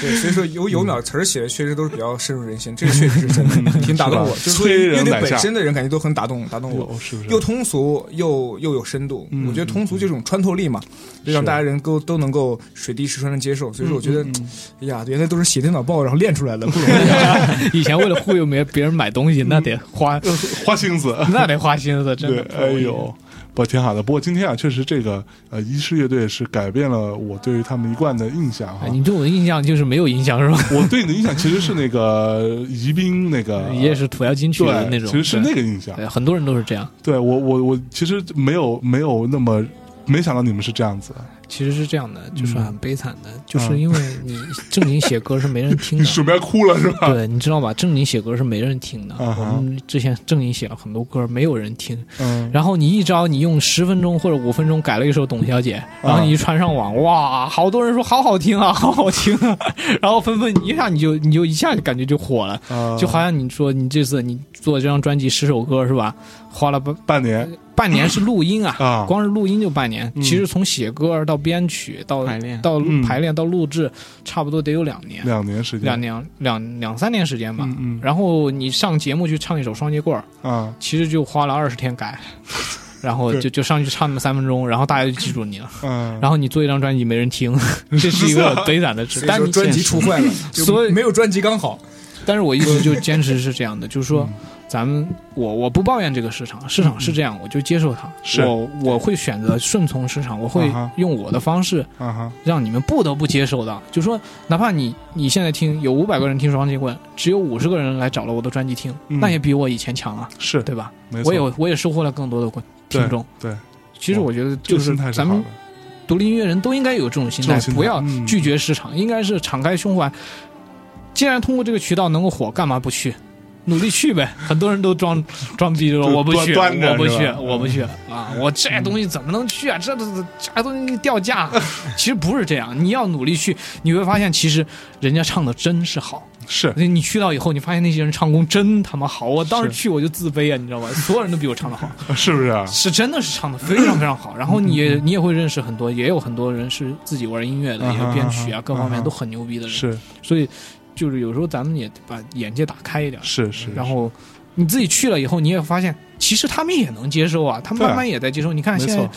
对，所以说有有秒词儿写的确实都是比较深入人心，这个确实是真的，挺打动我。
嗯是吧
就是说
催人
乐队
来下
本身的人感觉都很打动，打动我
哟，。是不嗯是？
又通俗又又有深度，我觉得通俗这种穿透力嘛，
嗯
就让大家人都都能够水滴石穿的接受。所以说，我觉
嗯
得，哎呀，原来都是写电脑报然后练出来的，不容易 啊。
以前为了忽悠别别人买东西，那得 花
花心思，
那得花心思， 真
对
的，。
哎呦，不挺好的。不过今天啊，确实这个呃，医师乐队是改变了我对于他们一贯的印象哈
哎，。你对我的印象就是没有印象是吧？
我对你的印象其实是那个 宜宾那个
也是土窑金曲的
啊对
那种，
其实是
对
那个印象。
对，哎很多人都是这样。
对我我我其实没有没有那么。没想到你们是这样子，
其实是这样
嗯
的，就是很悲惨的，就是因为你正经写歌是没人听
你
的。
准备要哭了嗯 是吧？
对，你知道吧？正经写歌是没人听的。
啊哈
我们之前正经写了很多歌，没有人听。
嗯，
然后你一招，你用十分钟或者五分钟改了一首《董小
啊
姐》，然后你一传上网，哇，好多人说好好听啊， 好好听啊，然后纷纷一下你就你就一下就感觉就火了，
啊
嗯就好像你说你这次你做这张专辑十首歌是吧？花了半
半年
半年是录音啊，
啊
光是录音就半年。
嗯
其实从写歌到编曲到
排练
到录
嗯
排练到录制，差不多得有两年，
两年时间，
两年两两三年时间吧。
嗯
然后你上节目去唱一首《双截棍儿》，
嗯啊，
其实就花了二十天改，然后就就上去唱那么三分钟，然后大家就记住你了。
嗯，
然后你做一张专辑没人听，这是一个悲惨的事。
所以
但
说
你
专辑出 坏了，就
所以
没有专辑刚好。
但是我一直就坚持是这样
嗯
的，就是说，咱们我我不抱怨这个市场，市场是这样，我就接受它。
嗯是
我我会选择顺从市场，我会
啊哈
用我的方式
啊哈，
让你们不得不接受的。就说，哪怕你你现在听有五百个人听双截棍，只有五十个人来找了我的专辑听，
嗯
那也比我以前强啊，
是
对吧？
没错，
我也我也收获了更多的观
对
听众。
对，
其实我觉得
这
就
个
是
心态是
咱
好
们
的，
独立音乐人都应该有这种心态，
这种心态
不要
嗯
拒绝市场，应该是敞开胸怀。既然通过这个渠道能够火，干嘛不去？努力去呗。很多人都装装逼，就说
就
我不去，
端端着
我不去
是，吧
我不去啊！我这东西怎么能去啊？这这这东西掉价。其实不是这样，你要努力去，你会发现其实人家唱的真是好。
是
你你去到以后，你发现那些人唱功真他妈好。我当时
是
去我就自卑啊，你知道吧？所有人都比我唱的好。
是不是 啊？
是真的是唱的非常 非常好。然后你也
嗯
你也会认识很多，也有很多人是自己玩音乐的，
啊
也
哈
有编曲
啊
啊，
哈
各方面都很牛逼的人。
是
所以就是有时候咱们也把眼界打开一点，
是是，
然后你自己去了以后，你也发现其实他们也能接受啊，他们
对啊
慢慢也在接受。你看
没
现
错
在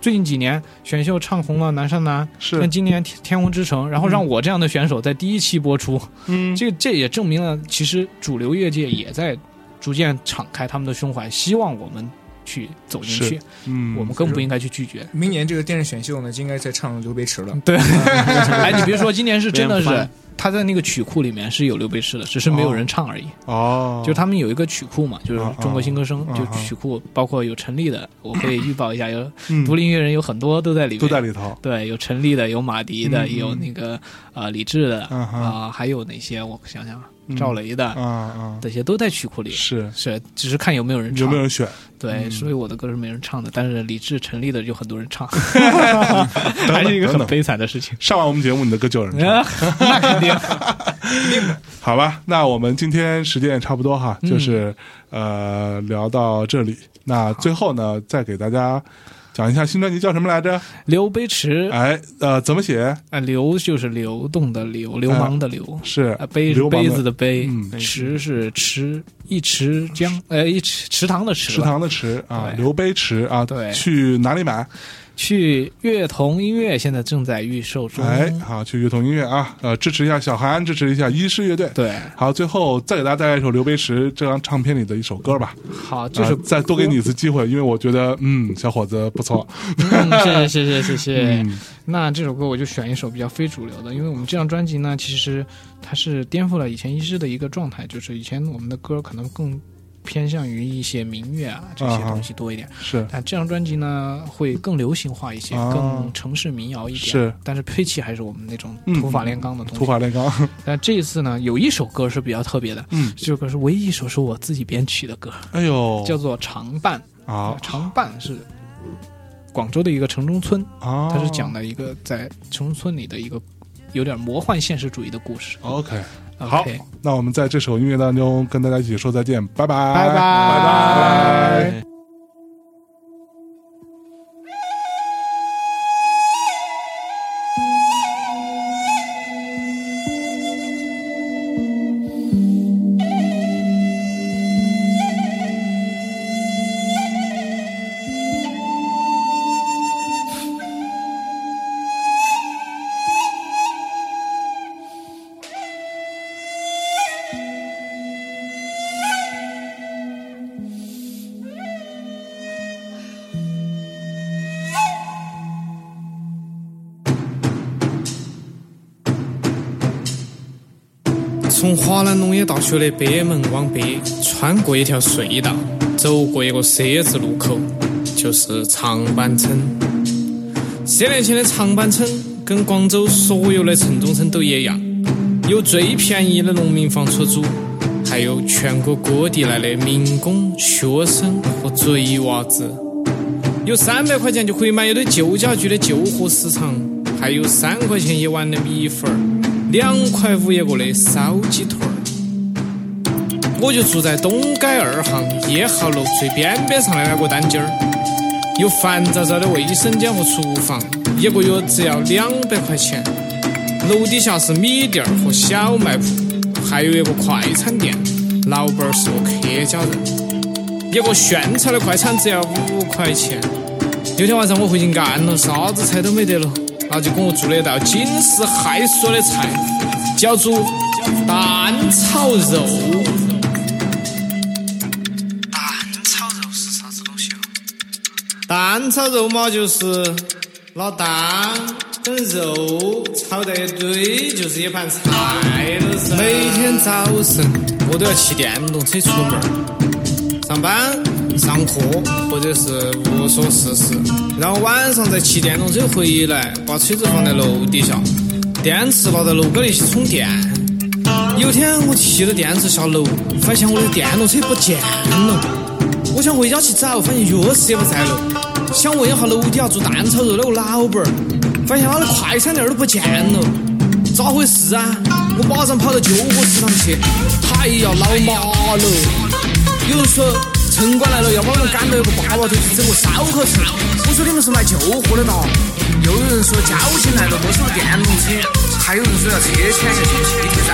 最近几年选秀唱红了《南山南》，
是
像今年《天天空之城》，然后让我这样的选手在第一期播出，
嗯
这这也证明了，其实主流业界也在逐渐敞开他们的胸怀，希望我们去走进去，
嗯
我们更不应该去 拒绝。
明年这个电视选秀呢，就应该再唱刘培池了。
对， 哎，你别说，今年是真的
不然
是。他在那个曲库里面是有刘贝诗的，只是没有人唱而已。
哦，
就他们有一个曲库嘛，就是
啊啊
中国新歌声，
啊
就
啊
曲库包括有陈立的，我可以预报一下，有
嗯
独立音乐人有很多都在里面，
都在里头，
对，有陈立的，有马迪的，
嗯
有那个呃李志的
啊哈
啊、还有哪些我想想，
嗯
赵雷
啊
的、
啊，
这些都在曲库里。
是
是，只是看有没有人唱。
有没有人选？
对，
嗯
所以我的歌是没人唱的，但是李志、陈立的有很多人唱，还是一个
等
很
等
悲惨的事情。
上完我们节目，你的歌就有人唱，
啊，那肯定。
好吧？那我们今天时间也差不多哈，就是
嗯
呃聊到这里。那最后呢，再给大家讲一下新专辑叫什么来着？
刘悲 池，
哎，呃，怎么写？
啊，流就是流动的流，流氓的流，
是
啊，杯是
流氓
杯
的
子的杯
嗯，
池是池，一池江，呃，一池池塘的池吧。
池塘的池啊，
对
刘杯池啊，
对
去哪里买？
去乐童音乐现在正在预售中。
哎，好，去乐童音乐啊，呃，支持一下小韩，支持一下医师乐队。
对，
好，最后再给大家带来一首刘杯池这张唱片里的一首歌吧，
好，这 首
啊再多给你一次机会，因为我觉得，嗯，小伙子不 错，
嗯，是是是是是
嗯。
那这首歌我就选一首比较非主流的，因为我们这张专辑呢，其实它是颠覆了以前医师的一个状态，就是以前我们的歌可能更偏向于一些民乐啊这些东西多一点，
是
但这张专辑呢会更流行化一些，
啊
更城市民谣一点。
是，
但是配器还是我们那种
嗯
土法炼钢的东
土
西。
法炼 钢，
但这一次呢，有一首歌是比较特别的，
嗯，
这首歌是唯一一首是我自己编曲的歌，
哎呦，
叫做《常伴》。
啊
常伴是广州的一个城中村，
啊，
它是讲的一个在城中村里的一个有点魔幻现实主义的故事。
啊 OK，好哦
OK，，
那我们在这首音乐当中跟大家一起说再见，拜拜，
拜拜
拜拜。
从华南农业大学的北门往北，穿过一条隧道，走过一个 “C” 字路口，就是长板村。三年前的长板村跟广州所有的城中村都一样，有最便宜的农民房出租，还有全国各地来的民工、学生和贼娃子。有三百块钱就可以买一堆旧家具的旧货市场，还有三块钱一碗的米粉儿，两块五一个的烧鸡腿儿。我就住在东街二巷一号楼最边边上的那个单间儿，有烦躁躁的卫生间和厨房，一个月只要两百块钱。楼底下是米店儿和小卖铺，还有一个快餐店，老板儿是个客家人。一个炫菜的快餐只要五块钱。有天晚上我回去干了，啥子菜都没得了，那就跟我做了一道惊世骇俗的菜，叫做蛋炒肉。蛋炒肉是啥子东西哦？蛋炒肉嘛，就是拿蛋跟肉炒在一堆，就是一盘菜的噻。每天早晨我都要骑电动车出门儿。上班、上课或者是无所事事，然后晚上再骑电动车回来，把车子放在楼底下，电池拿到楼高一起充电。
有天我骑着电子下楼，发现我的电动车不见了。我想回家去找，发现钥匙也不在了。想问一下楼底下做蛋炒肉的我老板儿，发现他的快餐店都不见了，咋回事啊？我马上跑到救火食堂去，哎呀，老麻了！有人说城管来了，要把我们赶到一个坝坝头去整个烧烤吃。我说你们是卖旧货的嘛？又有人说交警来了，没收电动车，还有人说要车抢下去，一天